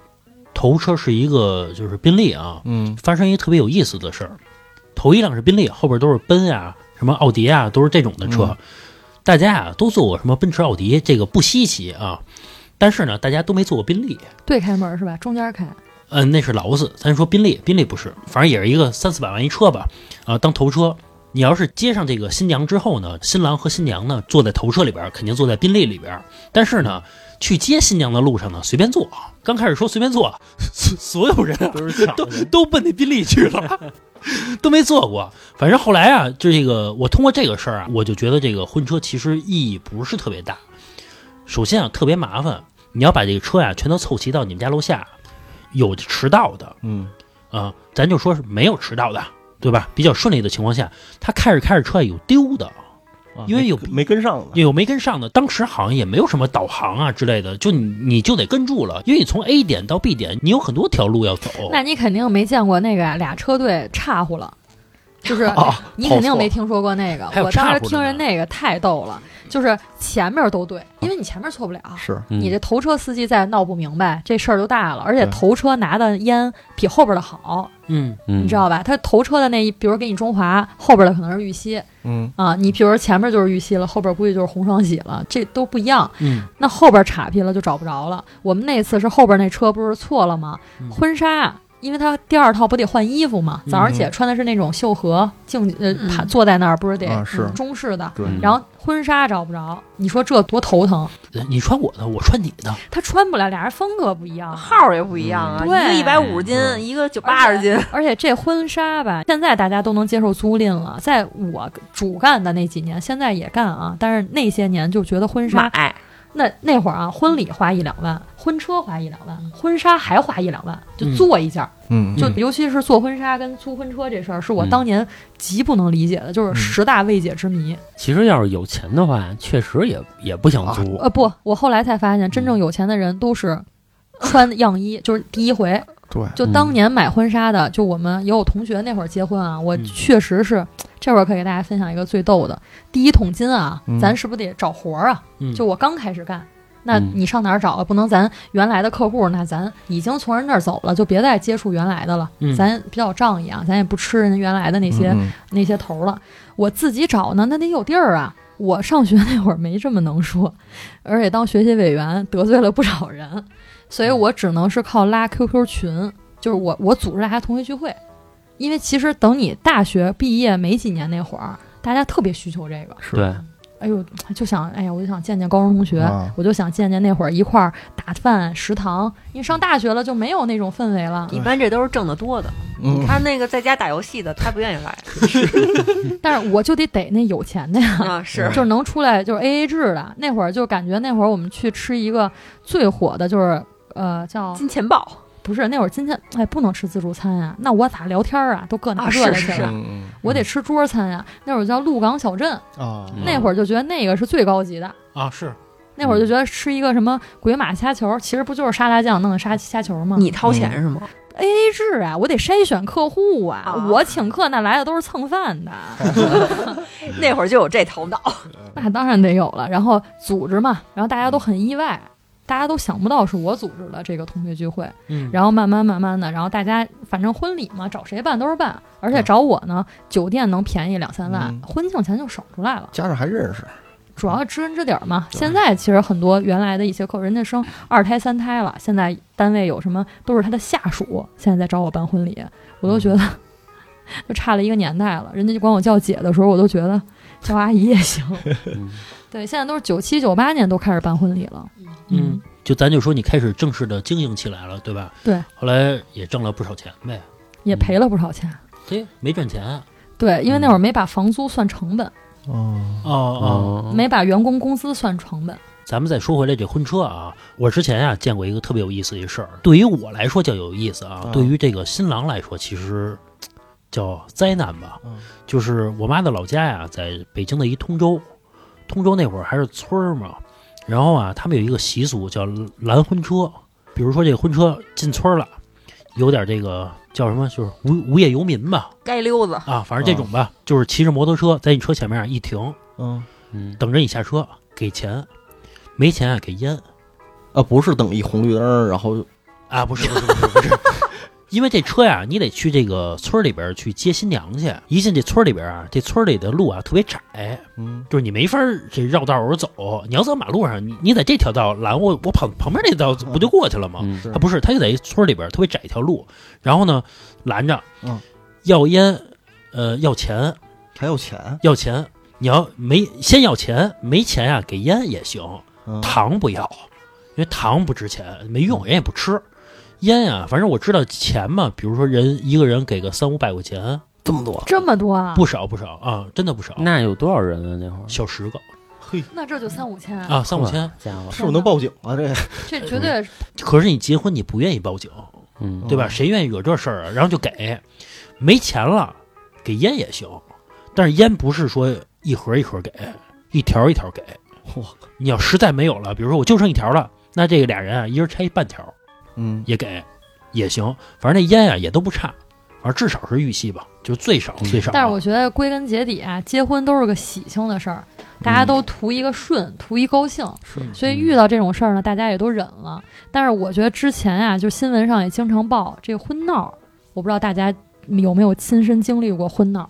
E: 头车是一个就是宾利啊，
C: 嗯
E: 发生一特别有意思的事儿。头一辆是宾利，后边都是奔啊，什么奥迪啊，都是这种的车。
C: 嗯
E: 大家啊都坐过什么奔驰、奥迪，这个不稀奇啊。但是呢，大家都没做过宾利，
F: 对开门是吧？中间开，
E: 嗯，那是劳斯。咱说宾利，宾利不是，反正也是一个三四百万一车吧，啊、当头车。你要是接上这个新娘之后呢，新郎和新娘呢坐在头车里边儿，肯定坐在宾利里边儿。但是呢，去接新娘的路上呢，随便坐。啊刚开始说随便坐， 所所有人啊
B: 都 是抢
E: 都都奔那宾利去了， 都没坐过。反正后来啊，就这个我通过这个事儿啊，我就觉得这个婚车其实意义不是特别大。首先啊，特别麻烦，你要把这个车呀、全都凑齐到你们家楼下，有迟到的啊、
C: 嗯，
E: 呃咱就说是没有迟到的，对吧？比较顺利的情况下，他开着开着车啊有丢的，
C: 啊
E: 因为有
C: 没没跟上的，
E: 有没跟上的，当时好像也没有什么导航啊之类的，就你你就得跟住了，因为你从 A 点到 B 点，你有很多条路要走。
F: 那你肯定没见过那个俩车队岔乎了，就是
E: 啊
C: 啊
F: 你肯定没听说过那个
E: 还。有
F: 我当
E: 岔
F: 时
E: 乎的
F: 听人
E: 呢啊
F: 那个太逗了，就是前面都对，因为你前面错不了。
C: 是
B: 嗯
F: 你这头车司机再闹不明白，这事儿就大了。而且
C: 对
F: 头车拿的烟比后边的好，
E: 嗯，
B: 嗯
F: 你知道吧？他头车的那一，比如给你中华，后边的可能是玉溪
C: 嗯，
F: 啊。你比如前面就是玉溪了，后边估计就是红双喜了，这都不一样。
E: 嗯，
F: 那后边岔劈了就找不着了。我们那次是后边那车不是错了吗？
E: 嗯
F: 婚纱，啊因为他第二套不得换衣服吗？
E: 嗯
F: 早上起来穿的是那种秀禾静呃
D: 嗯
F: 趴坐在那儿不是得、
C: 啊是
F: 嗯中式的，
C: 对，
B: 嗯
F: 然后婚纱找不着，你说这多头疼？
E: 你穿我的，我穿你的，
F: 他穿不了，俩人风格不一 样。
D: 号儿也不一样啊，
F: 嗯
D: 一个
F: 对
D: 一百五十斤，
E: 嗯
D: 一个九八十斤，
F: 而且这婚纱吧，现在大家都能接受租赁了。在我主干的那几年，现在也干啊，但是那些年就觉得婚纱
D: 买
F: 那那会儿啊，婚礼花一两万，婚车花一两万，婚纱还花一两万，就做一件儿。
C: 嗯，
F: 就
E: 嗯
F: 尤其是做婚纱跟租婚车这事儿，是我
B: 嗯
F: 当年极不能理解的，就是十大未解之谜。
B: 其实要是有钱的话，确实也也不想租。
F: 呃，不，我后来才发现，真正有钱的人都是穿样衣，就是第一回。
C: 对，
F: 就当年买婚纱的，就我们也有同学那会儿结婚啊，我
E: 嗯
F: 确实是这会儿可以给大家分享一个最逗的第一桶金啊，
C: 嗯
F: 咱是不是得找活儿啊？
E: 嗯，
F: 就我刚开始干。那
B: 嗯
F: 你上哪儿找啊？不能咱原来的客户，那咱已经从人那儿走了，就别再接触原来的了。
E: 嗯
F: 咱比较仗义啊，咱也不吃人家原来的那些、
C: 嗯
F: 那些头儿了。我自己找呢，那得有地儿啊。我上学那会儿没这么能说，而且当学习委员得罪了不少人，所以我只能是靠拉 QQ 群，就是我我组织大家同学聚会，因为其实等你大学毕业没几年那会儿，大家特别需求这个，
C: 是
B: 对，
F: 哎呦就想哎呀我就想见见高中同学，
C: 啊
F: 我就想见见那会儿一块儿打饭食堂，因为上大学了就没有那种氛围了，
D: 一般这都是挣得多的。
C: 嗯，
D: 他那个在家打游戏的，他不愿意 来
F: 但是我就得逮那有钱的呀。
D: 啊，是
F: 就是能出来就是 A A 制的。那会儿就感觉那会儿我们去吃一个最火的就是呃叫
D: 金钱豹
F: 不是那会儿今天哎不能吃自助餐啊，那我咋聊天儿啊？都各拿
D: 啊
F: 各
D: 是
F: 的
D: 是
F: 去
D: 是
F: 了。
C: 嗯
F: 我得吃桌餐啊，那会儿叫鹿港小镇，
C: 嗯啊，
B: 嗯
F: 那会儿就觉得那个是最高级的。
E: 啊是，
F: 那会儿就觉得吃一个什么鬼马虾球，其实不就是沙拉酱弄的沙虾球吗？
D: 你掏钱是吗？
F: A 制啊，我得筛选客户啊，
D: 啊
F: 我请客那来的都是蹭饭的。
D: 那会儿就有这头脑，
F: 那当然得有了。然后组织嘛，然后大家都很意外，大家都想不到是我组织的这个同学聚会。
E: 嗯，
F: 然后慢慢慢慢的，然后大家反正婚礼嘛，找谁办都是办，而且找我呢，酒店能便宜两三万，
C: 嗯
F: 婚庆钱就省出来了。
C: 加上还认识，
F: 主要知根知底儿嘛。
C: 对
F: 现在其实很多原来的一些客户，人家生二胎三胎了，现在单位有什么都是他的下属，现在在找我办婚礼，我都觉
E: 嗯
F: 得 就差了一个年代了。人家就管我叫姐的时候，我都觉 得叫阿姨也行。
B: 嗯
F: 对，现在都是九七九八年都开始办婚礼了。
E: 嗯，就咱就说你开始正式的经营起来了，对吧？
F: 对，
E: 后来也挣了不少钱呗，
F: 也赔了不少钱。
E: 对，没赚钱啊，
F: 对，因为那会儿没把房租算成本，
C: 哦，
E: 哦哦，
B: 哦，
F: 没把员工工资算成本。
E: 咱们再说回来这婚车啊，我之前啊见过一个特别有意思的一事儿，对于我来说叫有意思啊，
C: 啊
E: 对于这个新郎来说其实嘖叫灾难吧
C: 嗯。
E: 就是我妈的老家呀，在北京的一通州，通州那会儿还是村儿嘛，然后啊，他们有一个习俗叫拦婚车，比如说这个婚车进村儿了，有点这个叫什么，就是无无业游民吧，
D: 街溜子
E: 啊，反正这种吧，就是骑着摩托车在你车前面啊一停，
C: 嗯
B: 嗯
E: 等着你下车，给钱，没钱啊给烟。
C: 啊，不是等一红绿灯儿，然后
E: 啊，不是不是不是不是， 因为这车呀，你得去这个村儿里边儿去接新娘去。一进这村儿里边儿啊，这村儿里的路啊特别窄，
C: 嗯，
E: 就是你没法儿这绕道而走。你要走马路上，你你在这条道拦我，我跑旁边那道不就过去了吗？
B: 嗯
C: 是
E: 他不是，他就在一村儿里边儿特别窄一条路，然后呢拦着，
C: 嗯
E: 要烟，呃，要钱，
C: 还有钱，
E: 要钱。你要没先要钱，没钱呀、给烟也行，
C: 嗯
E: 糖不要，因为糖不值钱，没用，人也不吃。烟呀、反正我知道钱嘛，比如说人一个人给个三五百块钱，
C: 这么多，
F: 这么多啊？
E: 不少不少啊，真的不少，
B: 那有多少人啊？那会儿
E: 小十个
F: 那这就三五千，
E: 啊，三五千。
B: 好家伙，
C: 是不是能报警啊？这
F: 这绝对
E: 可是你结婚你不愿意报警，
B: 嗯，
E: 对吧？谁愿意惹这事儿啊？然后就给，没钱了给烟也行，但是烟不是说一盒一盒给，一条一条给。
C: 哇，
E: 你要实在没有了，比如说我就剩一条了，那这个俩人啊，一人拆半条
C: 嗯，
E: 也给也行，反正那烟啊也都不差，反正至少是玉器吧，就是最少最少啊。
F: 但是我觉得归根结底啊，结婚都是个喜庆的事儿，大家都图一个顺，图一高兴，
C: 是
F: 所以遇到这种事儿呢，大家也都忍了。但是我觉得之前啊，就新闻上也经常报这个婚闹，我不知道大家有没有亲身经历过婚闹。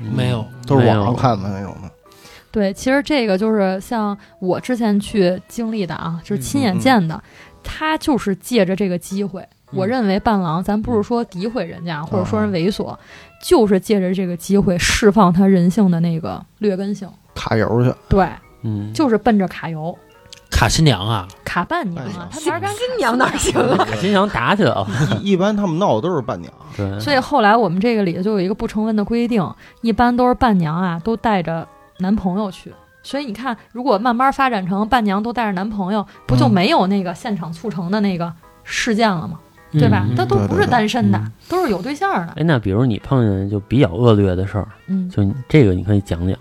B: 嗯
E: 没有，
C: 都是
B: 没
C: 网
B: 有
C: 上看的那种的，
F: 对，其实这个就是像我之前去经历的啊，就是亲眼见的，他就是借着这个机会。我认为伴郎，咱不是说诋毁人家，或者说人猥琐，就是借着这个机会释放他人性的那个劣根性。
C: 卡油去，
F: 对，
B: 嗯，
F: 就是奔着卡油、
E: 卡新娘啊，
F: 卡伴娘啊，
C: 哎
F: 他哪敢
D: 新娘哪行啊？
B: 卡新娘打起来了，
C: 一一般他们闹的都是伴娘，
B: 对，
F: 所以后来我们这个里就有一个不成文的规定，一般都是伴娘啊都带着男朋友去。所以你看，如果慢慢发展成伴娘都带着男朋友，不就
C: 嗯
F: 没有那个现场促成的那个事件了吗？对吧？
E: 嗯
F: 他都
C: 对对
F: 不是
C: 对
F: 单身的
B: 嗯，
F: 都是有对象的。
B: 哎，那比如你碰见就比较恶劣的事儿，
F: 嗯，
B: 就你这个你可以讲讲。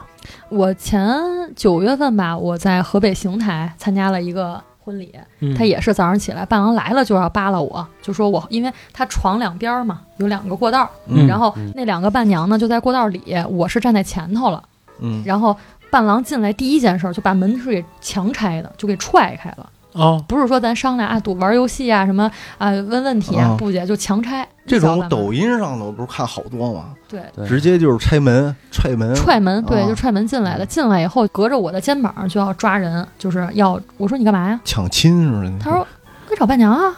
F: 我前九月份吧，我在河北邢台参加了一个婚礼，
E: 嗯
F: 他也是早上起来，伴郎来了就要扒拉我，就说我，因为他床两边儿嘛有两个过道儿，
E: 嗯
F: 然后那两个伴娘呢就在过道儿里，我是站在前头了。
C: 嗯，
F: 然后伴郎进来第一件事儿就把门是给强拆的，就给踹开了。
E: 哦，
F: 不是说咱商量啊，赌玩游戏啊，什么啊问问题啊，
C: 啊
F: 不解就强拆。
C: 这
F: 一小
C: 种
F: 半门
C: 抖音啊上的我不是看好多吗？
F: 对。
B: 对
C: 直接就是拆门、踹门、
F: 踹门，对，
C: 啊
F: 就踹门进来的。进来以后，隔着我的肩膀就要抓人，就是要我说你干嘛呀？
C: 抢亲似的。
F: 他说我找伴娘啊，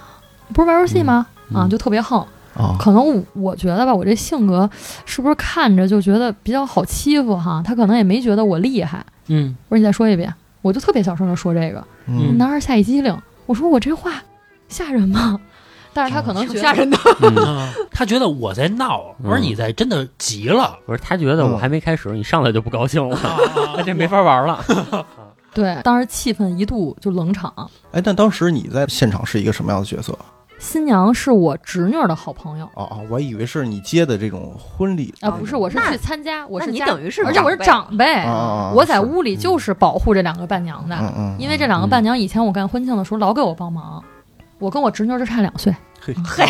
F: 不是玩游戏吗？
B: 嗯
F: 啊，
B: 嗯
F: 就特别横。
C: 啊，
F: 可能我我觉得吧，我这性格是不是看着就觉得比较好欺负哈？他可能也没觉得我厉害。
E: 嗯，
F: 我说你再说一遍，我就特别小声的说这个。
C: 嗯
F: 男孩吓一激灵。我说我这话吓人吗？但是他可能觉得
D: 吓人的，
B: 嗯
E: 啊他觉得我在闹，我说
B: 嗯
E: 你在真的急了。
B: 不是他觉得我还没开始，你上来就不高兴 了，那
E: 啊
B: 这没法玩了。
F: 对，当时气氛一度就冷场。
C: 哎，但当时你在现场是一个什么样的角色？
F: 新娘是我侄女儿的好朋友，
C: 哦哦，我还以为是你接的这种婚礼
F: 啊，不是，我是
D: 哦那
F: 去参加，我
D: 那
F: 是
D: 你
F: 家
D: 等于是
F: 而且我是长辈
C: 啊
B: 哦
C: 啊，啊，
F: 我在
C: 是
F: 屋里就是保护这两个伴娘的，
C: 嗯嗯，
F: 因为这两个伴娘以前我干婚庆的时候老给我帮忙。我跟我侄女儿就差两岁，
E: 嘿，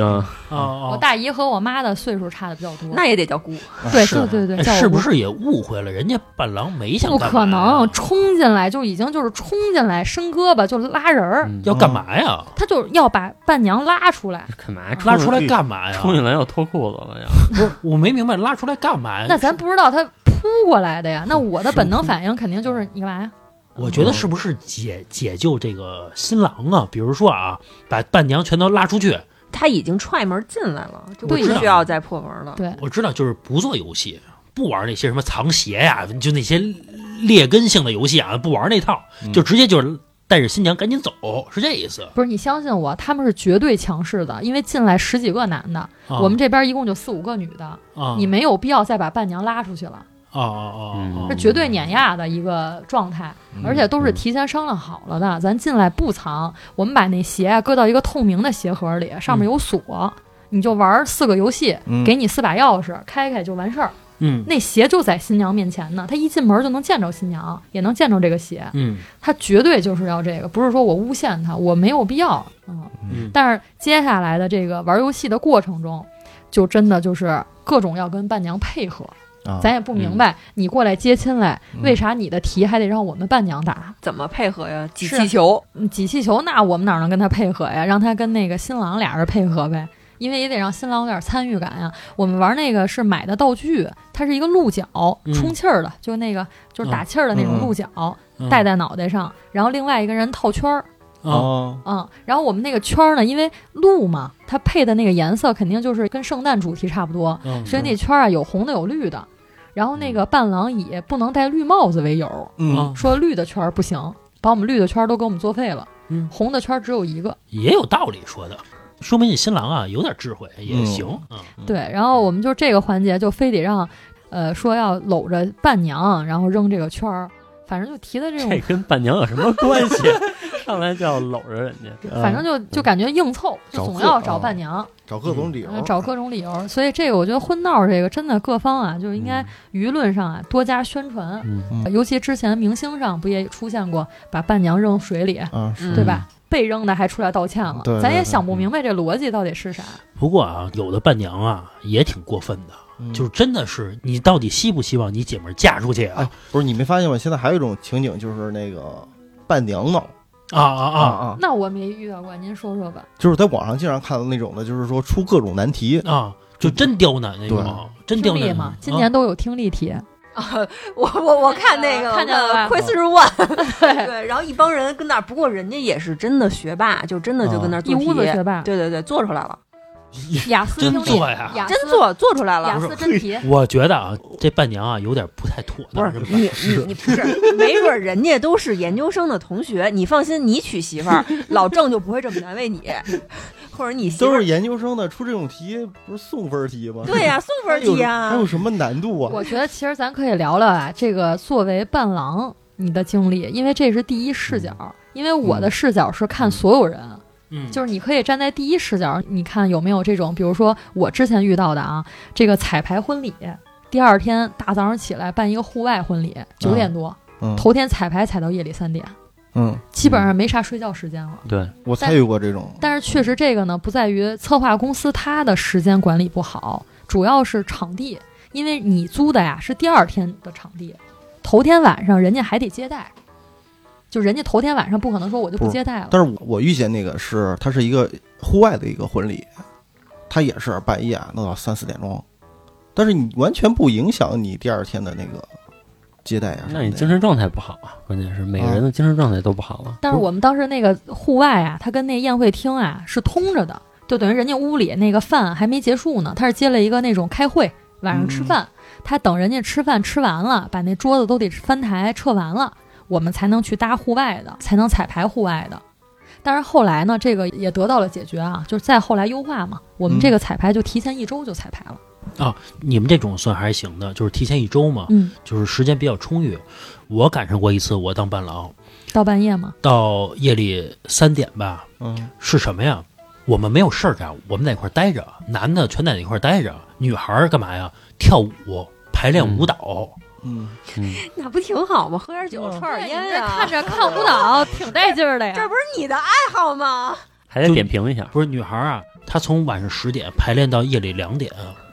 B: 嗯，
E: 哦
F: 我
E: 哦，
F: 大姨和我妈的岁数差的比较多。
D: 那也得叫姑。
C: 啊
F: 对
C: 是
F: 对对对，
E: 哎
F: 叫我
E: 是
F: 姑
E: 不是也误会了？人家伴郎没想啊
F: 不
E: 干
F: 可
E: 嘛呀
F: 能冲进来就已经就是冲进来伸胳膊就拉人儿，
B: 嗯
E: 要干嘛呀？
F: 他就要把伴娘拉出
E: 哎
F: 来。
B: 干嘛？
E: 拉出
B: 出
E: 来干嘛呀？
B: 冲进来要脱裤子 了呀？
E: 不是，我没明白拉出来干嘛呀？
F: 那咱不知道他扑过来的呀，那我的本能反应肯定就是
E: 嗯
F: 你干嘛呀？
E: 我觉得是不是解解救这个新郎啊？比如说啊，把伴娘全都拉出去。
D: 他已经踹门进来了，就不
F: 对呀
D: 需要再破门了。
F: 对，
E: 我知道，就是不做游戏，不玩那些什么藏鞋呀、就那些劣根性的游戏啊，不玩那套，
B: 嗯
E: 就直接就是带着新娘赶紧走，是这意思。
F: 不是你相信我，他们是绝对强势的，因为进来十几个男的，
E: 啊
F: 我们这边一共就四五个女的，
E: 啊，
F: 你没有必要再把伴娘拉出去了，
E: 啊啊啊
F: 是绝对碾压的一个状态，而且都是提前商量好了的，咱进来不藏，我们把那鞋啊搁到一个透明的鞋盒里，上面有锁。你就玩四个游戏，
C: 嗯
F: 给你四把钥匙，开开就完事儿。
E: 嗯
F: 那鞋就在新娘面前呢，她一进门就能见着新娘，也能见着这个鞋。
E: 嗯
F: 她绝对就是要这个，不是说我诬陷她，我没有必要。嗯，
E: 嗯
F: 但是接下来的这个玩游戏的过程中，就真的就是各种要跟伴娘配合。
C: 啊
F: 咱也不明白，你过来接亲来，
C: 嗯
F: 为啥你的题还得让我们伴娘打？
D: 怎么配合呀？挤
F: 是啊
D: 气球，
F: 嗯挤气球，那我们哪能跟她配合呀？让她跟那个新郎俩人配合呗。因为也得让新郎有点参与感呀。我们玩那个是买的道具，它是一个鹿角
E: 嗯
F: 充气儿的，就那个就是打气儿的那种
C: 嗯
F: 鹿角，
E: 嗯
F: 戴在脑袋上，然后另外一个人套圈儿，
E: 啊，
F: 嗯，然后我们那个圈儿呢，因为鹿嘛，它配的那个颜色肯定就是跟圣诞主题差不多，
E: 嗯
F: 所以那圈儿啊有红的有绿的。然后那个伴郎以不能戴绿帽子为由，
E: 啊
C: 嗯，
F: 说绿的圈儿不行，把我们绿的圈儿都给我们作废了，
E: 嗯
F: 红的圈儿只有一个。
E: 也有道理说的，说明你新郎啊有点智慧也
C: 嗯
E: 行，嗯
F: 对，然后我们就这个环节就非得让，呃，说要搂着伴娘，然后扔这个圈儿，反正就提的这种，
B: 这跟伴娘有什么关系？ 上来就要搂着人家，
F: 反正就就感觉硬凑，就
C: 嗯找
F: 总
C: 各
F: 要找
C: 啊
F: 伴娘。
C: 找各种理由
F: 呃，找各种理由。所以这个我觉得婚闹这个真的各方啊，就应该舆论上啊多加宣传，
B: 嗯，
C: 嗯
F: 尤其之前明星上不也出现过把伴娘扔水里，
C: 啊，是
F: 对
E: 嗯
F: 吧？被扔的还出来道歉了，
C: 对对
F: 咱也
C: 对
F: 想不明白这逻辑到底是啥。
E: 不过啊，有的伴娘啊也挺过分的，
C: 嗯
E: 就是真的是你到底希不希望你姐们儿嫁出去
C: 哎
E: 啊？，
C: 不是你没发现吗？现在还有一种情景，就是那个伴娘闹
E: 啊啊啊
C: 啊，
F: 那我没遇到过，您说说吧。
C: 就是在网上经常看到那种的，就是说出各种难题，
E: 啊！就真刁难那
C: 对
E: 种，真刁
F: 听力
E: 难
F: 嘛
E: 啊，
F: 今年都有听力题，
E: 嗯
D: 我我我看那个
F: 看见了吧
D: 亏四十万，
F: 对，
D: 对，然后一帮人跟那儿，不过人家也是真的学霸，就真的就跟那儿
F: 嗯一
D: 做题，
F: 屋子学霸，
D: 对对对，做出来了，
F: 雅思
E: 真
F: 听力
E: 做，呀！
F: 雅思
D: 真做做出来
F: 雅
D: 了。
F: 思真 题，
E: 我觉得啊，这伴娘啊有点不太妥
D: 不
E: 当，
D: 是
E: 吧
D: 你你你不是，没准儿人家都是研究生的同学，你放心，你娶媳妇儿，老郑就不会这么难为你，或者你媳妇
C: 都
D: 儿
C: 是研究生的出这种题，不是送分题吗？
D: 对呀、送分
C: 还有
D: 题
C: 还
D: 呀、
C: 有什么难度啊？
F: 啊我觉得其实咱可以聊聊啊，这个作为伴郎你的经历，因为这是第一视角。因为我的视角是看所有人，
E: 嗯，
F: 就是你可以站在第一视角，你看有没有这种，比如说我之前遇到的啊，这个彩排婚礼，第二天大早上起来办一个户外婚礼，九点多，
C: 嗯
F: 头天彩排彩到夜里三点，
C: 嗯，
F: 基本上没啥睡觉时间了。
B: 对，
C: 我参与过这种，
F: 但是确实这个呢，不在于策划公司它的时间管理不好，主要是场地，因为你租的呀是第二天的场地，头天晚上人家还得接待，就人家头天晚上不可能说我就不接待了。
C: 但是我我遇见那个是，它是一个户外的一个婚礼，它也是半夜啊弄到三四点钟，但是你完全不影响你第二天的那个接待呀、啊。
B: 那你精神状态不好啊，关键是每个人的精神状态都不好了。
F: 但是我们当时那个户外啊，它跟那宴会厅啊是通着的，就等于人家屋里那个饭还没结束呢，他是接了一个那种开会，晚上吃饭，他等人家吃饭吃完了，把那桌子都得翻台撤完了，我们才能去搭户外的，才能彩排户外的。但是后来呢，这个也得到了解决啊，就是再后来优化嘛，我们
C: 嗯
F: 这个彩排就提前一周就彩排了。
E: 你们这种算还行的，就是提前一周嘛，
F: 嗯，
E: 就是时间比较充裕。我赶上过一次，我当伴郎
F: 到半夜嘛，
E: 到夜里三点吧，
C: 嗯
E: 是什么呀？我们没有事儿干，我们在一块儿待着，男的全在那块儿待着，女孩儿干嘛呀？跳舞、排练舞蹈。
C: 嗯，
B: 嗯，
D: 那不挺好吗？喝点酒，
E: 嗯
D: 抽点
F: 你
D: 烟
F: 这
D: 啊，
F: 看着看舞蹈挺带劲儿的呀。
D: 这不是你的爱好吗？
B: 还得点评一下，
E: 不是女孩儿啊，她从晚上十点排练到夜里两点，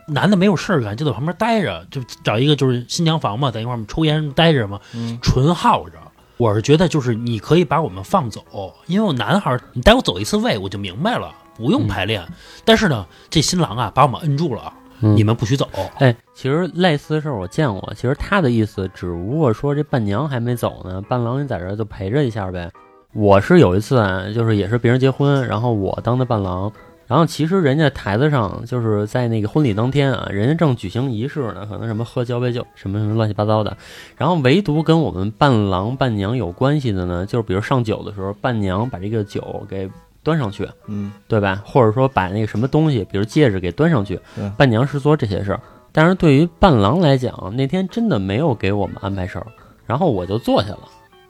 E: 男的没有事儿干，就在旁边待着，就找一个就是新娘房嘛，在一块儿抽烟待着嘛，
C: 嗯
E: 纯耗着。我是觉得就是你可以把我们放走，因为我男孩儿，你带我走一次位我就明白了，不用排练。但是呢，这新郎啊把我们摁住了，
B: 嗯
E: 你们不许走。
B: 哎，其实类似的事儿我见过。其实他的意思只不过说这伴娘还没走呢，伴郎你在这儿就陪着一下呗。我是有一次啊，就是也是别人结婚，然后我当的伴郎，然后其实人家台子上就是在那个婚礼当天啊，人家正举行仪式呢，可能什么喝交杯酒，什么什么乱七八糟的。然后唯独跟我们伴郎伴娘有关系的呢，就是比如上酒的时候，伴娘把这个酒给端上去，
C: 嗯
B: 对吧？或者说把那个什么东西，比如戒指给端上去
C: 对，
B: 伴娘是做这些事儿。但是对于伴郎来讲，那天真的没有给我们安排事儿，然后我就坐下了，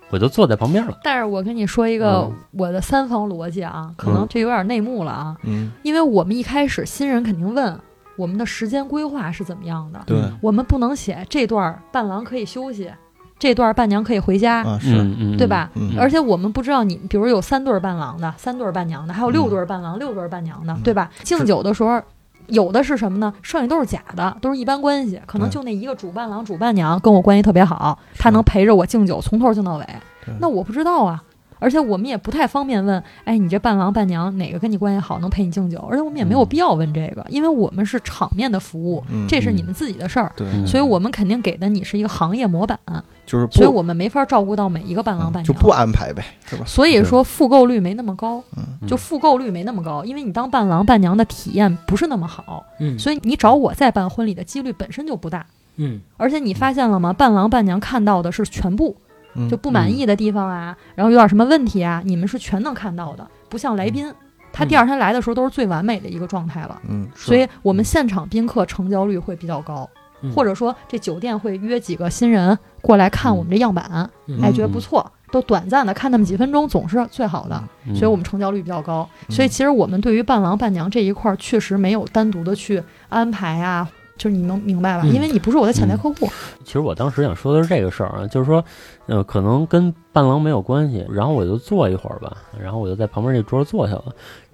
B: 我就坐在旁边了。
F: 但是我跟你说一个
B: 嗯
F: 我的三方逻辑啊，可能这有点内幕了啊，
C: 嗯，
F: 因为我们一开始新人肯定问我们的时间规划是怎么样的，
C: 对
B: 嗯
F: 我们不能写这段儿伴郎可以休息，这段儿伴娘可以回家，
C: 啊是
B: 嗯嗯，
F: 对吧？
C: 嗯
F: 而且我们不知道你，比如有三对儿伴郎的，三对儿伴娘
C: 嗯
F: 的，还有六对儿伴郎、六对儿伴娘的，对吧？敬酒的时候，有的是什么呢？剩下都是假的，都是一般关系，可能
C: 对
F: 就那一个主伴郎、主伴娘跟我关系特别好，他能陪着我敬酒，从头敬到尾
C: 对。
F: 那我不知道啊，而且我们也不太方便问，哎，你这伴郎伴娘哪个跟你关系好，能陪你敬酒？而且我们也没有必要问这个，因为我们是场面的服务，
C: 嗯
F: 这是你们自己的事儿，
C: 对，
B: 嗯
F: 所以我们肯定给的你是一个行业模板，
C: 就是不嗯
F: 所以我们没法照顾到每一个伴郎伴娘。
C: 就不安排呗，是吧？
F: 所以说复购率没那么高，
C: 嗯
F: 就复购率没那么高，因为你当伴郎伴娘的体验不是那么好，
E: 嗯
F: 所以你找我再办婚礼的几率本身就不大。
E: 嗯
F: 而且你发现了吗？伴郎伴娘看到的是全部，
C: 嗯
F: 就不满意的地方啊，然后有点什么问题啊，你们是全能看到的，不像来宾，他第二天来的时候都是最完美的一个状态了。
C: 嗯，
F: 所以我们现场宾客成交率会比较高，
E: 嗯
F: 或者说这酒店会约几个新人过来看我们这样板，
E: 嗯
F: 哎，觉得不错，都短暂的看那么几分钟总是最好的，
B: 嗯
F: 所以我们成交率比较高。
E: 嗯
F: 所以其实我们对于伴郎伴娘这一块儿确实没有单独的去安排啊，就是你能明白吧？
E: 嗯
F: 因为你不是我的潜在客户，
B: 其实我当时想说的是这个事儿啊，就是说，呃，可能跟伴郎没有关系，然后我就坐一会儿吧，然后我就在旁边这桌坐下了。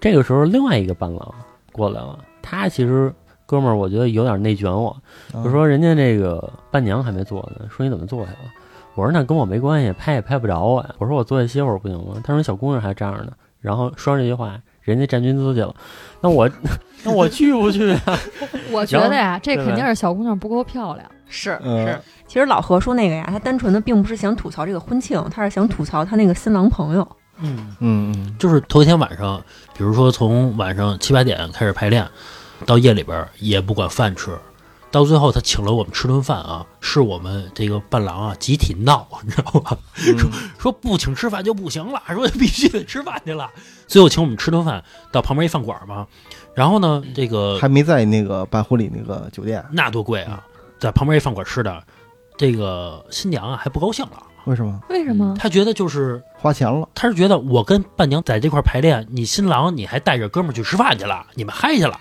B: 这个时候，另外一个伴郎过来了，他其实哥们儿，我觉得有点内卷我，
C: 就
B: 就说人家这个伴娘还没坐呢，说你怎么坐下了？我说那跟我没关系，拍也拍不着我呀。我说我坐下歇会儿不行吗？他说小姑娘还站着呢。然后说完这句话，人家站军姿去了。那我那我去不去啊？
F: 我觉
B: 然后
F: 得呀，这
B: 对
F: 肯
B: 吧
F: 定是小姑娘不够漂亮。
D: 是
C: 嗯
D: 是，其实老何说那个呀，他单纯的并不是想吐槽这个婚庆，他是想吐槽他那个新郎朋友。
E: 嗯，
C: 嗯嗯
E: 就是头一天晚上，比如说从晚上七八点开始排练，到夜里边儿也不管饭吃。到最后，他请了我们吃顿饭啊，是我们这个伴郎啊集体闹， 你知道吧？
C: 嗯
E: 说不请吃饭就不行了，说必须得吃饭去了。最后请我们吃顿饭，到旁边一饭馆嘛。然后呢，这个
C: 嗯，还没在那个办婚礼那个酒店，
E: 那多贵啊，在旁边一饭馆吃的，这个新娘啊还不高兴了，
C: 为什么？
F: 为什么？
E: 她觉得就是
C: 花钱了，
E: 她是觉得我跟伴娘在这块排练，你新郎你还带着哥们儿去吃饭去了，你们嗨去了，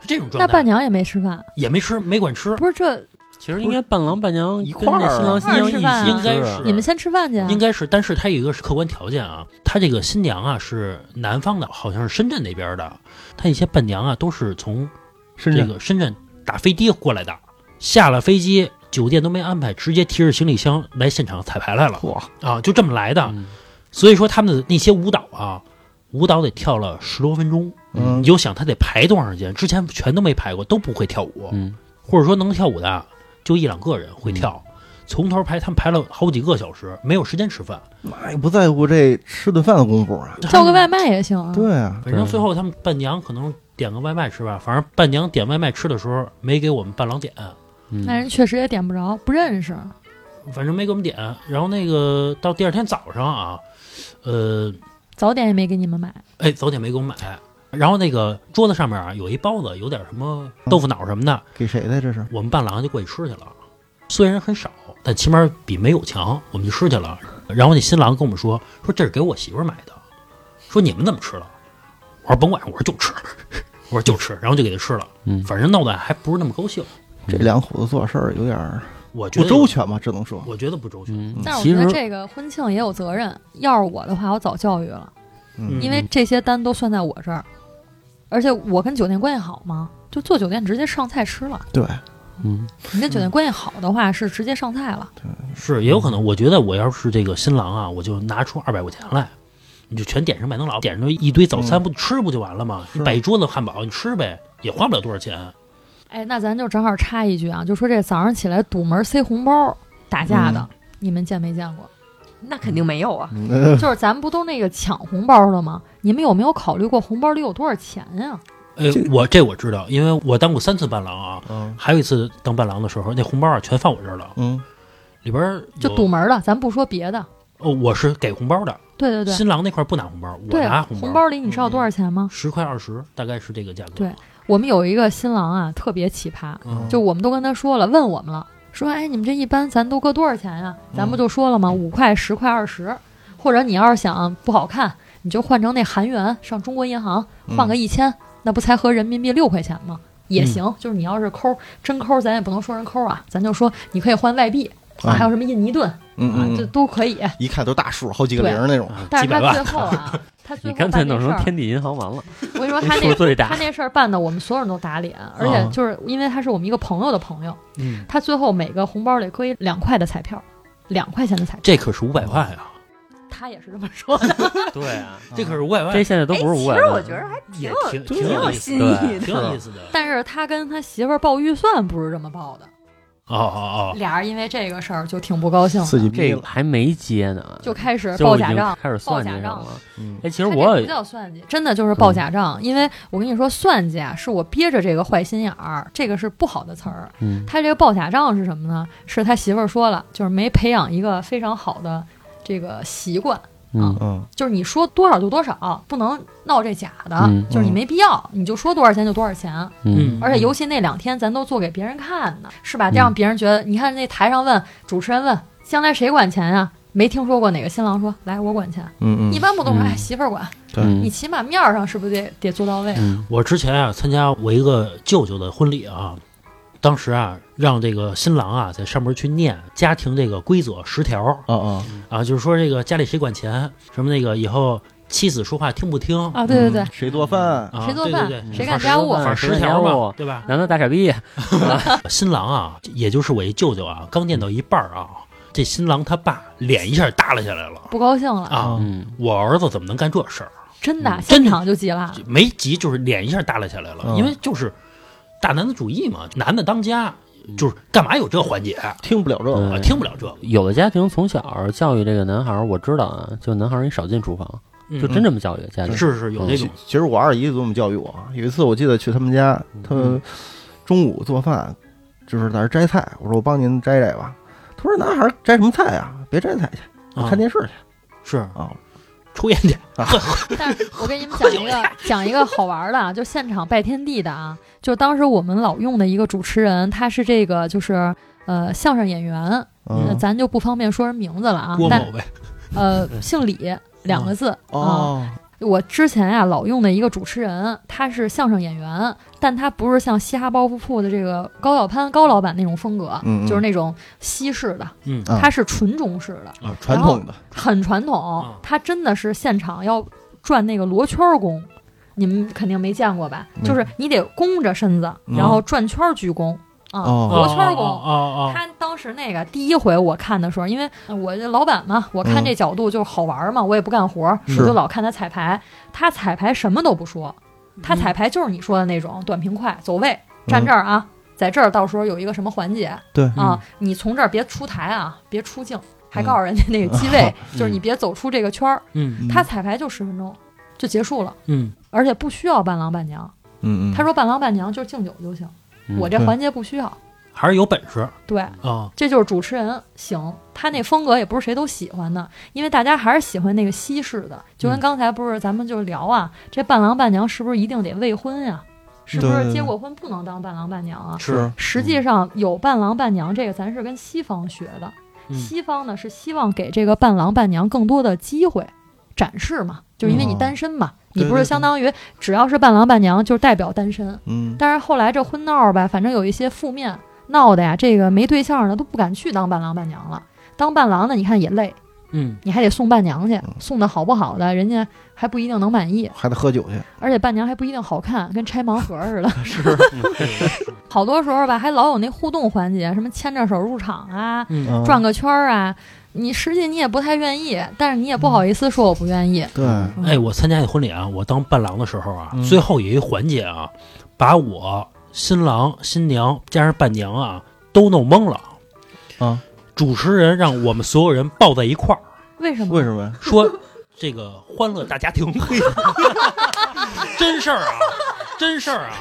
E: 是这种状态。
F: 那伴娘也没吃饭，
E: 也没吃，没管吃，
F: 不是这
B: 其 实应该伴郎伴娘
C: 一块儿啊
B: 跟这新郎新
F: 一块儿吃饭啊
B: 娘一
E: 应
B: 起
E: 该
B: 吃
E: 是
F: 你们先吃饭去啊。
E: 应该是，但是她有一个是客观条件啊，她这个新娘啊是南方的，好像是深圳那边的，她一些伴娘啊都是从
C: 深
E: 这
C: 圳
E: 个深圳打飞机过来的，下了飞机酒店都没安排，直接提着行李箱来现场彩排来了
C: 嚯，
E: 啊，就这么来的。
B: 嗯
E: 所以说他们的那些舞蹈啊，舞蹈得跳了十多分钟，
C: 嗯
E: 你就想他得排多长时间？之前全都没排过，都不会跳舞，
B: 嗯，
E: 或者说能跳舞的就一两个人会跳。从头排，他们排了好几个小时，没有时间吃饭。
C: 那也不在乎这吃顿饭的功夫啊。
F: 叫个外卖也行啊。
C: 对啊，
E: 反正最后他们伴娘可能点个外卖吃吧，反正伴娘点外卖吃的时候没给我们伴郎点，
B: 嗯
F: 那人确实也点不着，不认识。
E: 反正没给我们点。然后那个到第二天早上啊，呃，
F: 早点也没给你们买，
E: 哎，早点没给我买。然后那个桌子上面啊有一包子，有点什么豆腐脑什么的，
C: 给谁的这是？
E: 我们伴郎就过去吃去了。虽然很少，但起码比没有强。我们就吃去了。然后那新郎跟我们说，说这是给我媳妇儿买的，说你们怎么吃了？我说甭管，我说就吃， 我说就吃，然后就给他吃了。
B: 嗯
E: 反正闹得还不是那么高兴。
C: 这两口子做事儿有点儿
E: 我觉
C: 不
E: 得
C: 周，全吧，只能说。
E: 我觉得不周全。
B: 嗯
F: 但是我
B: 其
F: 觉得
B: 实
F: 这个婚庆也有责任。要是我的话，我早教育了，
C: 嗯
F: 因为这些单都算在我这儿，而且我跟酒店关系好吗？就做酒店直接上菜吃了。
C: 对，
B: 嗯
F: 你跟酒店关系好的话，是直接上菜了。
E: 是也有
F: 嗯
E: 可能，我觉得我要是这个新郎啊，我就拿出二百块钱来。你就全点上麦当劳，点上一堆早
F: 嗯
E: 餐，不吃不就完了吗？
C: 是
E: 你摆一桌子汉堡，你吃呗，也花不了多少钱。
F: 哎，那咱就正好插一句啊，就说这早上起来堵门塞红包打架的，你们见没见过？
D: 那肯定没有啊，
C: 嗯
F: 就是咱们不都那个抢红包的吗？你们有没有考虑过红包里有多少钱啊呀、
E: 哎，我这我知道，因为我当过三次伴郎啊，
C: 嗯
E: 还有一次当伴郎的时候，那红包啊全放我这儿了，
C: 嗯
E: 里边儿
F: 就
E: 有
F: 堵。门的，咱不说别的。
E: 哦，我是给红包的，
F: 对对对，
E: 新郎那块儿不拿红包，我
F: 对
E: 拿
F: 啊，
E: 红
F: 红
E: 包，
F: 包里你知道多少钱吗？
E: 十块二十，大概是这个价格。
F: 对我们有一个新郎啊，特别奇葩，
E: 嗯，
F: 就我们都跟他说了，问我们了，说哎，你们这一般咱都搁多少钱呀、咱不就说了吗？
B: 嗯
F: 五块、十块、二十，或者你要是想不好看，你就换成那韩元，上中国银行
B: 嗯
C: 嗯
F: 换个一千，那不才合人民币六块钱吗？也行，
B: 嗯
F: 就是你要是抠真抠，咱也不能说人抠啊，咱就说你可以换外币啊，
C: 啊
F: 还有什么印尼盾
C: 嗯
F: 啊，
C: 嗯
F: 这
C: 嗯，
F: 都可以。
C: 一看都大数，好几个零儿那种。
F: 但
E: 几
F: 是
E: 百
F: 他最
E: 万，
F: 后啊，他
B: 你
F: 最后
B: 干脆
F: 办
B: 弄
F: 这事
B: 成
F: 儿，
B: 天地银行完了，
F: 我跟你说他
B: 数
F: 那
B: 儿最大
F: 他。那事儿办的，我们所有人都打脸，而
B: 嗯
F: 且就是因为他是我们一个朋友的朋友，
E: 嗯，
F: 他最后每个红包里搁一两块的彩票，两块钱的彩票，
E: 这可是五百块啊，
F: 他也是这么说的。
B: 对啊，
F: 嗯
E: 这可是五百万，
B: 这现在都
D: 哎，
B: 不是
D: 其
B: 五百
D: 实我
B: 万
D: 觉，得还挺
E: 也
D: 有
E: 挺
C: 挺
E: 挺
D: 有
E: 有意思
D: 新
B: 对
D: 意
E: 的，
D: 的。
E: 挺有意思的。
F: 但是他跟他媳妇儿报预算不是这么报的，
E: 哦哦
F: 俩人因为这个事儿就挺不高兴的，
C: 刺激逼
B: 这个
C: 了，
B: 还没接呢，
F: 就开始
B: 就
F: 报
B: 已
F: 假
B: 经
F: 账。
B: 开始算计
F: 报假
B: 上
F: 账
B: 了。
E: 嗯
B: 哎，其实
F: 他这
B: 我嗯
F: 不叫算计，真的就是报假账。因为我跟你说，算计啊，是我憋着这个坏心眼儿，这个是不好的词儿。
B: 嗯
F: 他这个报假账是什么呢？是他媳妇儿说了，就是没培养一个非常好的这个习惯，
B: 嗯
C: 嗯，
F: 就是你说多少就多少，不能闹这假的，
B: 嗯
F: 就是你没必要，你就说多少钱就多少钱。
B: 嗯，
F: 而且尤其那两天咱都做给别人看呢，是吧？这让别人觉得，你看那台上问主持人问，将来谁管钱啊？没听说过哪个新郎说来我管钱，
C: 嗯
F: 一
C: 嗯，
F: 般不都是
B: 嗯
F: 哎媳妇儿管。
C: 对
F: 你
B: 嗯
F: 起码面儿上是不是得得做到位？
B: 嗯
E: 我之前啊参加我一个舅舅的婚礼啊，当时啊让这个新郎啊在上面去念家庭这个规则十条
C: 啊啊，
E: 啊，就是说这个家里谁管钱，什么那个以后妻子说话听不听啊，
F: 啊，对对
B: 嗯
F: 对，
C: 嗯谁做饭？
F: 谁做饭
E: 对对对
F: 谁干家务啊
E: 反正
B: 谁
E: 十
B: 干
E: 条
B: 家
E: 嘛
B: 务，
E: 对吧？
B: 男的大傻逼，啊
E: 新郎啊，也就是我一舅舅啊，刚念到一半儿
B: 嗯
E: 啊，这新郎他爸脸一下耷拉下来了
F: 不高兴了，
E: 啊！
B: 嗯
E: 我儿子怎么能干这事儿？
F: 真的，
B: 嗯
F: 现场就急了。
E: 没急，就是脸一下耷拉下来了，
C: 嗯
E: 因为就是大男子主义嘛，男的当家，
C: 嗯
E: 就是干嘛有这环节啊？
C: 听不了这个，
B: 嗯
E: 听不了这个，
B: 有的家庭从小教育这个男孩儿，我知道啊，就男孩儿你少进厨房，就真这么教育家
E: 嗯
B: 庭。
E: 是是有这种
C: 其哎其实我二姨就这么教育我。有一次我记得去他们家，他们中午做饭，就是在那儿摘菜。我说我帮您摘摘吧。他说男孩儿摘什么菜啊？别摘菜去，我嗯
E: 啊
C: 看电视去
E: 是
C: 啊。
E: 抽烟去，
F: 但是我给你们讲一个讲一个好玩儿的，啊，就现场拜天地的啊，就当时我们老用的一个主持人，他是这个就是呃相声演员，呃
C: 嗯
F: 咱就不方便说人名字了啊
E: 郭，
F: 但
E: 某呗，
F: 呃姓李两个字啊。
C: 嗯哦，
F: 我之前呀、老用的一个主持人，他是相声演员，但他不是像嘻哈包袱铺的这个高晓攀高老板那种风格，
C: 嗯嗯
F: 就是那种西式的，
E: 嗯
C: 啊
F: 他是纯中式的，
E: 啊，
C: 传统的
F: 很传统。
E: 啊
F: 他真的是现场要转那个罗圈功，你们肯定没见过吧？
C: 没
F: 就是你得弓着身子，
C: 嗯
F: 然后转圈鞠躬啊。
C: 哦
F: 罗圈功
E: 哦哦哦
F: 他当时那个第一回我看的时候，因为我这老板嘛，我看这角度就是好玩嘛，我也不干活，我
C: 嗯是
F: 就老看他彩排。他彩排什么都不说，
C: 嗯
F: 他彩排就是你说的那种短平快，走位，站这儿啊，在这儿到时候有一个什么环节
C: 对
F: 啊，你从这儿别出台啊，别出镜，还告诉人家那个机位， 就是你别走出这个圈儿。
E: 嗯
F: 他彩排就十分钟就结束了，
E: 嗯
F: 而且不需要伴郎伴娘。
C: 嗯嗯，
F: 他说伴郎伴娘就是敬酒就行，
B: 嗯
F: 我这环节不需要。
E: 还是有本事
F: 对，
E: 啊，
F: 这就是主持人行，他那风格也不是谁都喜欢的，因为大家还是喜欢那个西式的。就跟刚才不是咱们就聊啊，这伴郎伴娘是不是一定得未婚呀、是不
C: 对对
F: 是
C: 对
F: 结过婚不能当伴郎伴娘啊？
C: 是
F: 实际上有伴郎伴娘这个，咱是跟西方学的。
E: 嗯
F: 西方呢是希望给这个伴郎伴娘更多的机会展示嘛，就是因为你单身嘛，
C: 嗯
F: 你不
C: 对
F: 是
C: 对
F: 相当于只要是伴郎伴娘就代表单身。
C: 嗯
F: 但是后来这婚闹儿吧，反正有一些负面闹的呀，这个没对象的都不敢去当伴郎伴娘了。当伴郎的，你看也累，
E: 嗯
F: 你还得送伴娘
C: 嗯
F: 去，送的好不好的，人家还不一定能满意，
C: 还得喝酒去，
F: 而且伴娘还不一定好看，跟拆盲盒似的。是， 好多时候吧，还老有那互动环节，什么牵着手入场啊，
E: 嗯，
F: 转个圈儿啊，你实际你也不太愿意，但是你也不好意思说我不愿意。
C: 对，
E: 哎，我参加那婚礼啊，我当伴郎的时候啊，
C: 嗯
E: 最后有一环节啊，把我新郎新娘加上伴娘啊都弄懵了。
C: 啊，
E: 主持人让我们所有人抱在一块儿，
F: 为什么？
C: 为什么呀？
E: 说这个欢乐大家庭会， 真事儿啊，真事儿啊。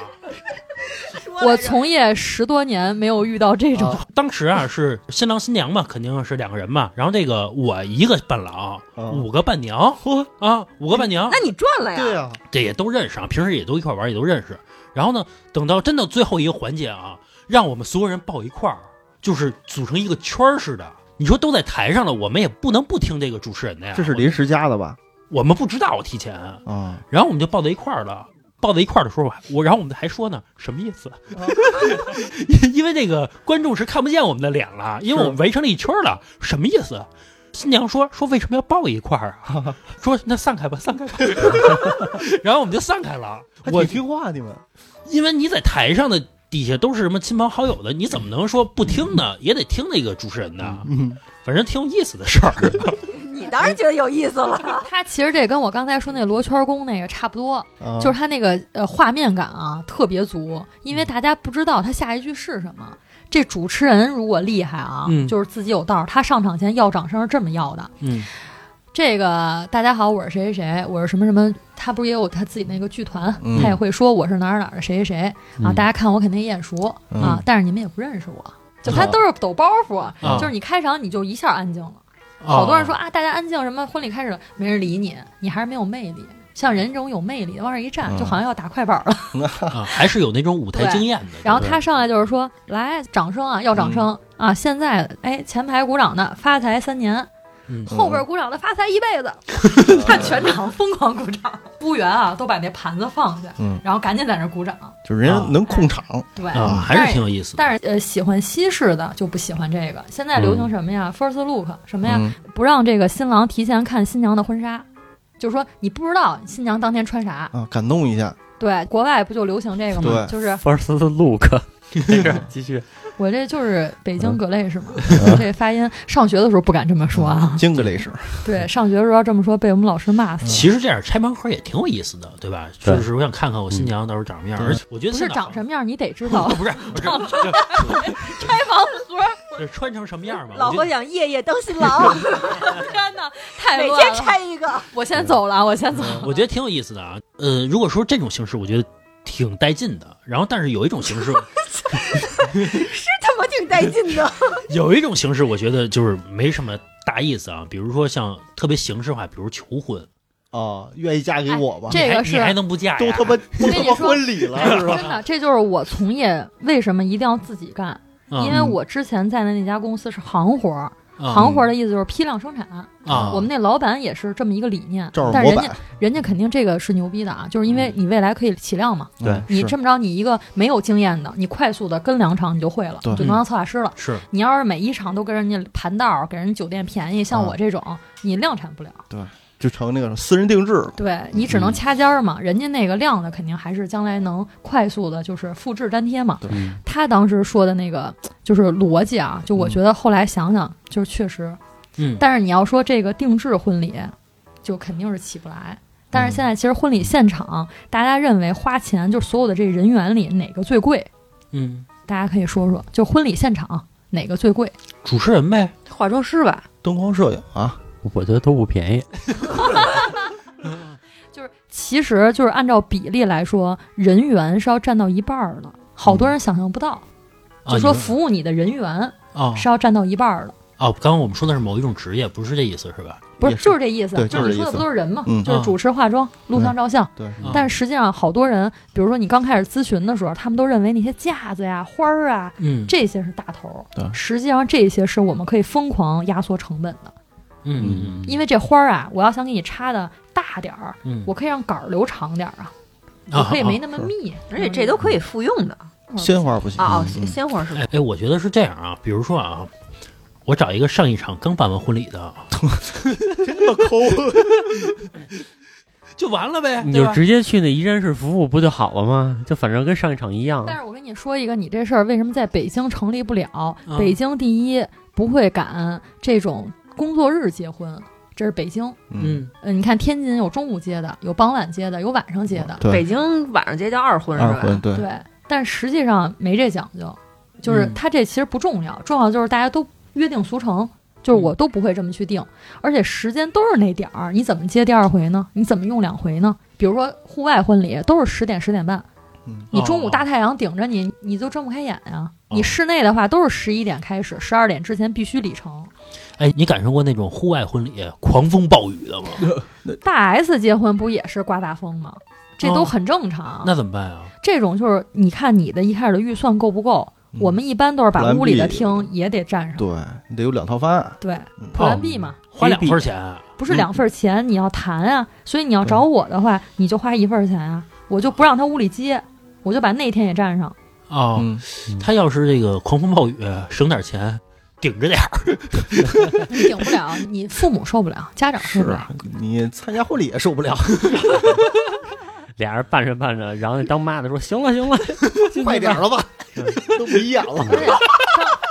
F: 我从业十多年没有遇到这种。
E: 当时啊是新郎新娘嘛，肯定是两个人嘛，然后这个我一个伴郎，
C: 啊
E: 五个伴娘啊，五个伴娘
D: 那，你赚了呀？
C: 呀，
E: 这也都认识啊，平时也都一块玩，也都认识。然后呢，等到真的最后一个环节啊，让我们所有人抱一块儿，就是组成一个圈儿似的。你说都在台上了，我们也不能不听这个主持人的呀。
C: 这是临时加的吧？
E: 我们不知道提前，
C: 啊，
E: 然后我们就抱在一块儿了。抱在一块儿的时候，我然后我们还说呢，什么意思？
C: 哦
E: 因为那个观众是看不见我们的脸了，因为我们围成了一圈儿了，什么意思？新娘说说为什么要抱一块儿啊？ 说那散开吧，散开吧。然后我们就散开了。我
C: 挺听话你们，
E: 因为你在台上的底下都是什么亲朋好友的，你怎么能说不听呢？也得听那个主持人的，
C: 嗯，
E: 反正挺有意思的事儿。
D: 你当然觉得有意思了。
F: 他其实这跟我刚才说那罗圈功那个差不多，
C: 啊
F: 就是他那个呃画面感啊特别足，因为大家不知道他下一句是什么。这主持人如果厉害啊，
E: 嗯
F: 就是自己有道儿，他上场前要掌声是这么要的。
E: 嗯
F: 这个大家好，我是谁谁谁，我是什么什么，他不是也有他自己那个剧团，
C: 嗯
F: 他也会说我是哪儿哪儿的谁谁谁、啊，
B: 嗯
F: 大家看我肯定也眼熟、
C: 嗯
F: 啊，但是你们也不认识我，就他都是抖包袱，
E: 啊
F: 就是你开场你就一下安静了。好
E: 好
F: 多人说啊，大家安静，什么婚礼开始了，没人理你，你还是没有魅力。像人这种有魅力的往这一站，
C: 嗯
F: 就好像要打快板了。
E: 啊，还是有那种舞台
F: 对
E: 经验的。
F: 然后他上来就是说，来掌声啊，要掌声、
C: 嗯
F: 啊！现在哎，前排鼓掌的发财三年，
E: 嗯
F: 后边鼓掌的发财一辈子。
C: 嗯
F: 他全场疯狂鼓掌，服务员啊都把那盘子放下，
C: 嗯
F: 然后赶紧在那儿鼓掌。
C: 就是人家能控场，
F: 对，
E: 啊，还
F: 但
E: 是挺有意思的。
F: 但是呃，喜欢西式的就不喜欢这个。现在流行什么呀、f i r s t look 什么呀？
C: 嗯
F: 不让这个新郎提前看新娘的婚纱，就是说你不知道新娘当天穿啥。
C: 啊，感动一下，
F: 对，国外不就流行这个吗？
C: 对
F: 就是
B: ，first look，没事继续。
F: 我这就是北京格类是吗？ 这发音，上学的时候不敢这么说啊。
C: 金格雷士，
F: 对，上学的时候要这么说被我们老师骂死。
E: 其实这样拆盲盒也挺有意思的，嗯对吧？
B: 对
E: 就是我想看看我新娘到时候长什么样，
C: 嗯
E: 而且我觉得
F: 不是
E: 新郎
F: 长什么样，你得知道
E: 不是不是这
F: 开盲 盒。
E: 这穿成什么样嘛？
D: 老
E: 我
D: 何
E: 觉
D: 想夜夜当新 郎，
F: 天哪，太
D: 每
F: 乱
D: 天
F: 了！
D: 拆一个。
F: 我先走了，我先走
E: 得
F: 了。
E: 呃我觉得挺有意思的啊。呃，如果说这种形式，我觉得挺带劲的。然后，但是有一种形 式，
D: 是他妈挺带劲的。
E: 有一种形式，我觉得就是没什么大意思啊。比如说像特别形式化，比如求婚，
C: 啊，愿意嫁给我吧？
F: 这
E: 你还
F: 个
E: 你还
F: 是
E: 能 不嫁呀？
C: 都他妈都
F: 跟你
C: 他妈
F: 说
C: 婚礼 了是吧？
F: 真的，这就是我从业为什么一定要自己干，
E: 嗯
F: 因为我之前在的那家公司是行活儿，
E: 啊
F: 行活儿的意思就是批量生产。
E: 啊，
F: 我们那老板也是这么一个理念，
C: 照着
F: 但是
C: 模
F: 人家
C: 板，
F: 人家肯定这个是牛逼的啊，就是因为你未来可以起量嘛。
B: 对
F: 嗯你
C: 是
F: 这么着，你一个没有经验的，你快速的跟两场你就会了，
C: 对
F: 你就能当策划师了。
E: 是
F: 你要是每一场都跟人家盘道儿，给人酒店便宜，像
C: 啊
F: 我这种，你量产不了。
C: 就成那个私人定制了。
F: 对你只能
B: 嗯
F: 掐尖儿嘛，人家那个量的肯定还是将来能快速的，就是复制粘贴嘛。
B: 嗯，
F: 他当时说的那个就是逻辑啊，就我
C: 嗯
F: 觉得后来想想，就是确实，
E: 嗯，
F: 但是你要说这个定制婚礼，就肯定是起不来。
C: 嗯
F: 但是现在其实婚礼现场，大家认为花钱就是所有的这人员里哪个最贵？
E: 嗯，
F: 大家可以说说，就婚礼现场哪个最贵？
E: 主持人呗，
D: 化妆师吧，
C: 灯光摄影啊，
B: 我觉得都不便宜。
F: 就是其实就是按照比例来说，人员是要占到一半儿的。好多人想象不到，
E: 啊
F: 就说
E: 你
F: 服务你的人员
E: 啊
F: 是要占到一半儿的。
E: 哦，刚刚我们说的是某一种职业，不是这意思是吧？
F: 不是，
C: 也是
F: 就是这意思，
C: 对
F: 就是你
C: 就是这意
F: 说的
C: 思
F: 不都是人嘛，
C: 嗯
F: 就是主持、化妆、录像、照相。
C: 对，
E: 啊
F: 但是实际上，好多人，比如说你刚开始咨询的时候，他们都认为那些架子呀、花儿啊，
E: 嗯
F: 这些是大头儿。
C: 对
F: 实际上这些是我们可以疯狂压缩成本的，
E: 嗯
F: 因为这花儿啊，我要想给你插的大点儿，
E: 嗯，
F: 我可以让杆儿留长点儿啊，
E: 啊
F: 我可以没
E: 啊嗯
F: 那么密，
D: 而且这都可以复用的
C: 鲜花不行
D: 啊，哦
C: 嗯
D: 鲜鲜花是吧
E: 哎哎，我觉得是这样啊，比如说啊，我找一个上一场刚办完婚礼的，
C: 这么抠，
E: 就完了呗，
B: 你
E: 对
B: 就
E: 吧？
B: 直接去那宜人市服务不就好了吗？就反正跟上一场一样。
F: 但是我跟你说一个，你这事儿为什么在北京成立不了？
E: 嗯
F: 北京第一不会赶这种工作日结婚，这是北京。
C: 嗯，
E: 嗯，
F: 呃，你看天津有中午接的，有傍晚接的，有晚上接的，
C: 对，
D: 北京晚上节叫二婚是
C: 二
D: 吧？
C: 婚对，
F: 对。但实际上没这讲究，就是
E: 嗯
F: 它这其实不重要，重要就是大家都约定俗成，就是
E: 嗯
F: 我都不会这么去定，而且时间都是那点儿，你怎么接第二回呢？你怎么用两回呢？比如说户外婚礼都是十点十点半，
C: 嗯
F: 你中午
E: 哦
F: 大太阳顶着你，你就睁不开眼呀、
E: 哦
F: 你室内的话都是十一点开始，十二点之前必须礼成。
E: 哎，你感受过那种户外婚礼狂风暴雨 的吗？
F: 大 S 结婚不也是刮大风吗？这
E: 哦
F: 都很正常。
E: 那怎么办啊？
F: 这种就是你看你的一开始的预算够不够？
C: 嗯
F: 我们一般都是把
C: 蓝
F: 屋里的
C: B
F: 厅也得占上，
C: 对，你得有两套方案，
F: 对，
C: 嗯
F: 普兰 B 嘛，
E: 花两份钱啊，
F: 不是两份钱你要谈啊，所以你要找我的话，你就花一份钱啊，我就不让他屋里接，我就把那天也占上。
E: 哦
C: 嗯，
E: 他要是这个狂风暴雨，省点钱，顶着点儿。
F: 你顶不了，你父母受不了，家长受不
C: 是啊
F: 了。
C: 你参加婚礼也受不了，
B: 俩人办着办着，然后那当妈的说：“行了行了，
F: 啊
B: 进去吧
C: 快点儿了吧， 都不一样了
F: 嗯而且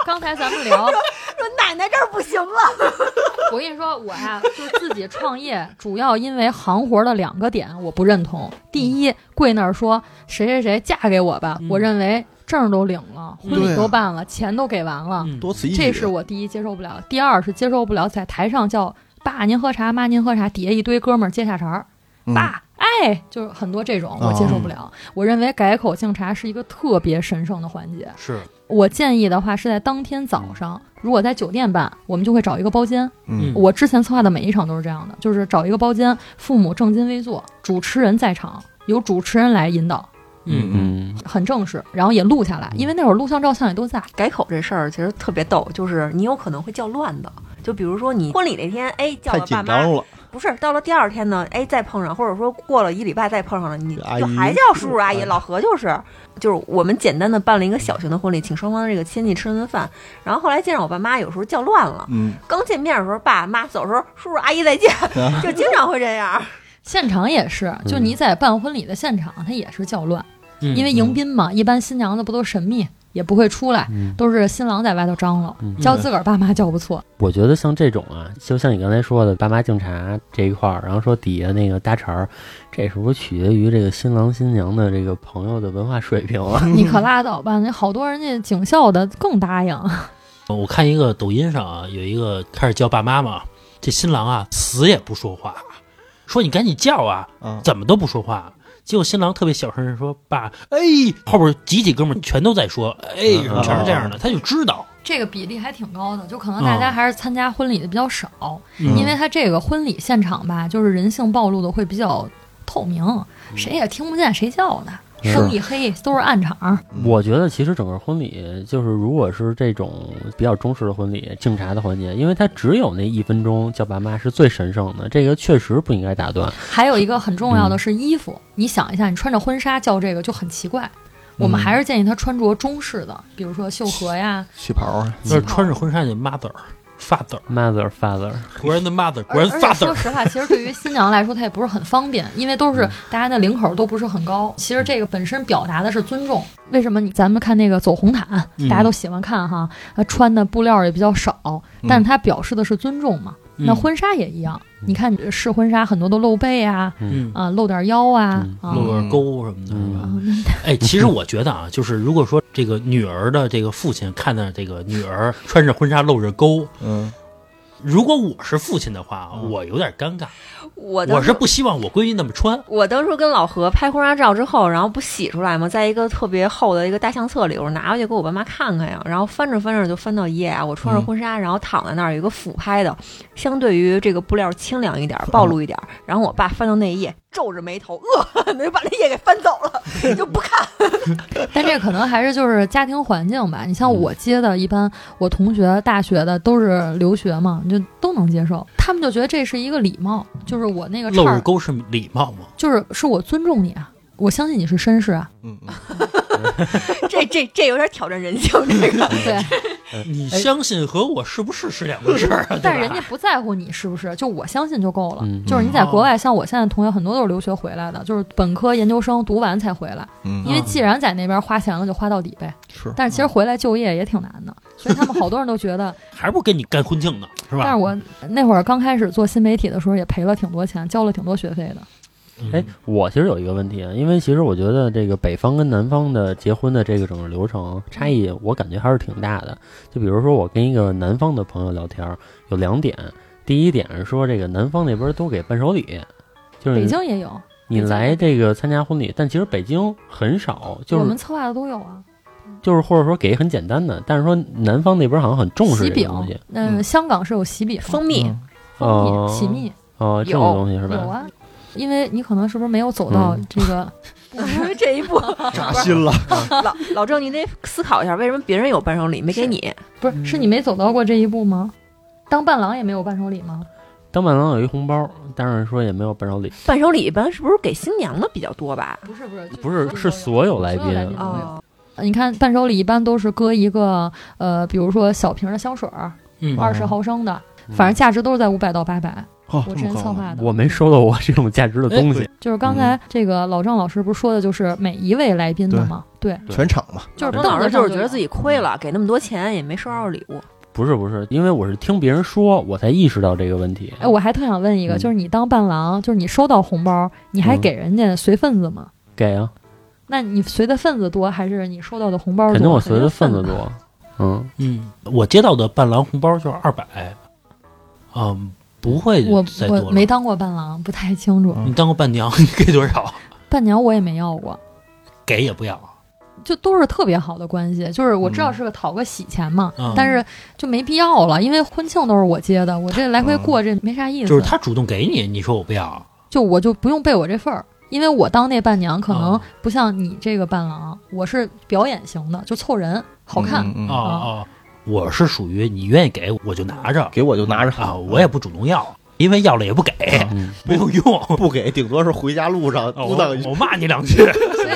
F: 刚刚才咱们聊，
D: 说奶奶这儿不行了，
F: 我跟你说，我呀、就是自己创业，主要因为行活的两个点我不认同。第一，跪那儿说谁谁谁嫁给我吧，
E: 嗯
F: 我认为证儿都领了，婚
C: 对
F: 礼
C: 啊
F: 都办了，钱都给完了，
E: 嗯
C: 多此一举。
F: 这是我第一接受不了。第二是接受不了在台上叫爸您喝茶，妈您喝茶，底下一堆哥们儿接下茬儿，
C: 嗯
F: 爸哎，就是很多这种我接受不了。我认为改口敬茶是一个特别神圣的环节。
E: 是
F: 我建议的话是在当天早上，如果在酒店办，我们就会找一个包间。
C: 嗯
E: 嗯
F: 我之前策划的每一场都是这样的，就是找一个包间，父母正襟危坐，主持人在场，由主持人来引导，
E: 嗯
B: 嗯，
F: 很正式，然后也录下来，因为那会儿录像、照相也都在。
D: 改口这事儿其实特别逗，就是你有可能会叫乱的。就比如说你婚礼那天，哎，叫
C: 太
D: 了
C: 紧
D: 爸妈
C: 张，了，
D: 不是到了第二天呢，哎，再碰上，或者说过了一礼拜再碰上了，你
C: 阿
D: 就
C: 姨
D: 还叫叔叔阿姨。
C: 嗯
D: 老何就是，就是我们简单的办了一个小型的婚礼，请双方这个亲戚吃顿饭。然后后来见着我爸妈，有时候叫乱了。
C: 嗯，
D: 刚见面的时候，爸妈走的时候，叔叔阿 姨再见，就经常会这样。
F: 现场也是，就你在办婚礼的现场，他也是较乱，
E: 嗯，嗯
F: 因为迎宾嘛，一般新娘子不都神秘，也不会出来，都是新郎在外头张罗，教自个儿爸妈教不错。
B: 我觉得像这种啊，就嗯像你刚才说的，爸妈敬茶这一块儿，然后说底下那个搭茬儿，这是不是取决于这个新郎新娘的这个朋友的文化水平啊？
E: 嗯
F: 你可拉倒吧，那好多人家警校的更答应，
E: 我看一个抖音上啊，有一个开始叫爸妈嘛，这新郎啊死也不说话，说你赶紧叫啊，
C: 啊，
E: 怎么都不说话。结果新郎特别小声地说：“爸，哎！”后边几几哥们儿全都在说：“哎，
C: 嗯
E: 什么全是这样的。”他就知道，
F: 这个比例还挺高的，就可能
E: 哦
F: 大家还是参加婚礼的比较少，
E: 嗯
F: 因为他这个婚礼现场吧，就是人性暴露的会比较透明，
E: 嗯
F: 谁也听不见谁叫的，
C: 是
F: 生意黑都是暗场。
C: 嗯
B: 我觉得其实整个婚礼，就是如果是这种比较中式的婚礼，敬茶的环节，因为它只有那一分钟叫爸妈是最神圣的，这个确实不应该打断。
F: 还有一个很重要
E: 嗯
F: 的是衣服，你想一下，你穿着婚纱叫这个就很奇怪。我
E: 嗯
F: 们还是建议他穿着中式的，比如说秀禾呀，
C: 旗袍啊，
E: 那穿着婚纱那 mother father，
B: Mother, father，
E: 国人的 mother，
F: 而
E: 国人
F: 而且说
E: father，
F: 实话，其实对于新娘来说，她也不是很方便，因为
E: 嗯
F: 都是大家的领口都不是很高。其实这个本身表达的是尊重。为什么你咱们看那个走红毯，
E: 嗯
F: 大家都喜欢看哈，呃穿的布料也比较少，但它表示的是尊重嘛。那
E: 嗯
F: 婚纱也一样，你看试婚纱很多都露背啊，
E: 嗯，
F: 啊、露点腰啊，啊。
E: 露个沟什么的，
C: 嗯
E: 是吧？哎，其实我觉得啊，就是如果说这个女儿的这个父亲看到这个女儿穿着婚纱露着沟，
C: 嗯，
E: 如果我是父亲的话，我有点尴尬，
D: 我当
E: 我
D: 时
E: 是不希望我闺女那么穿。
D: 我当初跟老何拍婚纱照之后，然后不洗出来吗？在一个特别厚的一个大相册里，我说拿回去给我爸妈看看呀。然后翻着翻着就翻到一页啊，我穿着婚纱，然后躺在那儿，有一个俯拍的，相对于这个布料清凉一点，暴露一点。然后我爸翻到那一页，皱着眉头，呃，那就把那页给翻走了， 就不看。
F: 但这可能还是就是家庭环境吧。你像我接的，一般我同学大学的都是留学嘛，就都能接受。他们就觉得这是一个礼貌，就是我那个
E: 露
F: 叉
E: 着
F: 儿，
E: 沟是礼貌吗？
F: 就是是我尊重你啊，我相信你是绅士啊。
C: 嗯嗯
D: 这这这有点挑战人性，这个。
F: 对，
E: 你相信和我是不是是两回事儿啊？
F: 但
E: 对
F: 人
E: 吧
F: 家不在乎你是不是，就我相信就够了。
B: 嗯
F: 就是你在国外，像我现在同学很多都是留学回来的，就是本科、研究生读完才回来，
C: 嗯，
F: 因为既然在那边花钱了，就花到底呗。
C: 是
F: 但是其实回来就业也挺难的，所以他们好多人都觉得。
E: 还不跟你干婚庆呢，是吧？
F: 但是我那会儿刚开始做新媒体的时候，也赔了挺多钱，交了挺多学费的。
E: 嗯
B: 哎，我其实有一个问题啊，因为其实我觉得这个北方跟南方的结婚的这个整个流程差异，我感觉还是挺大的。就比如说我跟一个南方的朋友聊天儿，有两点，第一点是说这个南方那边都给伴手礼，就是
F: 北
B: 你
F: 京也有，
B: 你
F: 北京
B: 来这个参加婚礼，但其实北京很少，就
F: 我
B: 是
F: 们策划的都有啊。
B: 就是或者说给很简单的，但是说南方那边好像很重视
F: 喜
B: 这个
F: 饼
B: 东西，，
F: 嗯，香港是有喜饼、
D: 蜂蜜，
C: 嗯
F: 蜂
B: 哦
F: 蜜、喜蜜
B: 哦，这种
D: 有
B: 东西是
F: 有
B: 吧？
F: 啊。因为你可能是不是没有走到
B: 嗯
F: 这 个，
D: 这一步，
F: 啊
C: 扎心 了，
D: 老老郑，你得思考一下，为什么别人有伴手礼没给你？
F: 不是是你没走到过这一步吗？当伴郎也没有伴手礼吗？
B: 当伴郎有一红包，当然说也没有伴手礼，
D: 伴手礼一般是不是给新娘的比较多吧？
F: 不是不是
B: 不是是所有来
F: 所有来
B: 宾啊
F: 宾。哦，你看伴手礼一般都是搁一个呃，比如说小瓶的香水儿，
E: 嗯，
F: 二十毫升的，反正价值都是在五百到八百。
C: 哦，
F: 我
C: 这
F: 之
C: 么
F: 前
C: 高
F: 策
C: 啊，
F: 划
B: 嗯
F: 的，
B: 我没收到过这种价值的
F: 哎
B: 东
E: 哎
B: 西，
F: 就是刚才这个老郑老师不是说的，就是每一位来宾的吗？对，
B: 对
C: 全场嘛，
F: 就是
D: 邓
F: 凳
D: 老
F: 子
D: 师
F: 上
D: 就是
F: 有
D: 觉得自己亏了，给那么多钱也没收着礼物。
B: 不是不是，因为我是听别人说，我才意识到这个问题。
F: 哎，我还特想问一个，
B: 嗯
F: 就是你当伴郎，就是你收到红包，你还
B: 嗯
F: 给人家随份子吗？
B: 给啊，
F: 那你随的份子多，还是你收到的红包多？
B: 肯定我随的份子
F: 肯定
B: 多。嗯，
E: 嗯，我接到的伴郎红包就是二百，嗯，不会
F: 我
E: 再多了。
F: 我没当过伴郎，不太清楚。
C: 嗯
E: 你当过伴娘， 你给多少？
F: 伴娘我也没要过，
E: 给也不要。
F: 就都是特别好的关系。就是我知道是个讨个喜钱嘛，
E: 嗯
F: 但是就没必要了，因为婚庆都是我接的，我这来回过这没啥意思。
E: 就是他主动给你，你说我不要，
F: 就我就不用背我这份儿，因为我当那伴娘可能
C: 啊
E: 哦
F: 不像你这个伴郎，我是表演型的，就凑人好看。
C: 嗯嗯嗯
E: 哦哦，我是属于你愿意给我就拿着
C: 给我就拿着
E: 啊，我也不主动要，因为要了也不给，
B: 嗯
E: 没有用。
C: 不给，顶多是回家路上
E: 哦
C: 嘟囔一
E: 我
C: 句
E: 我骂你两句，
F: 所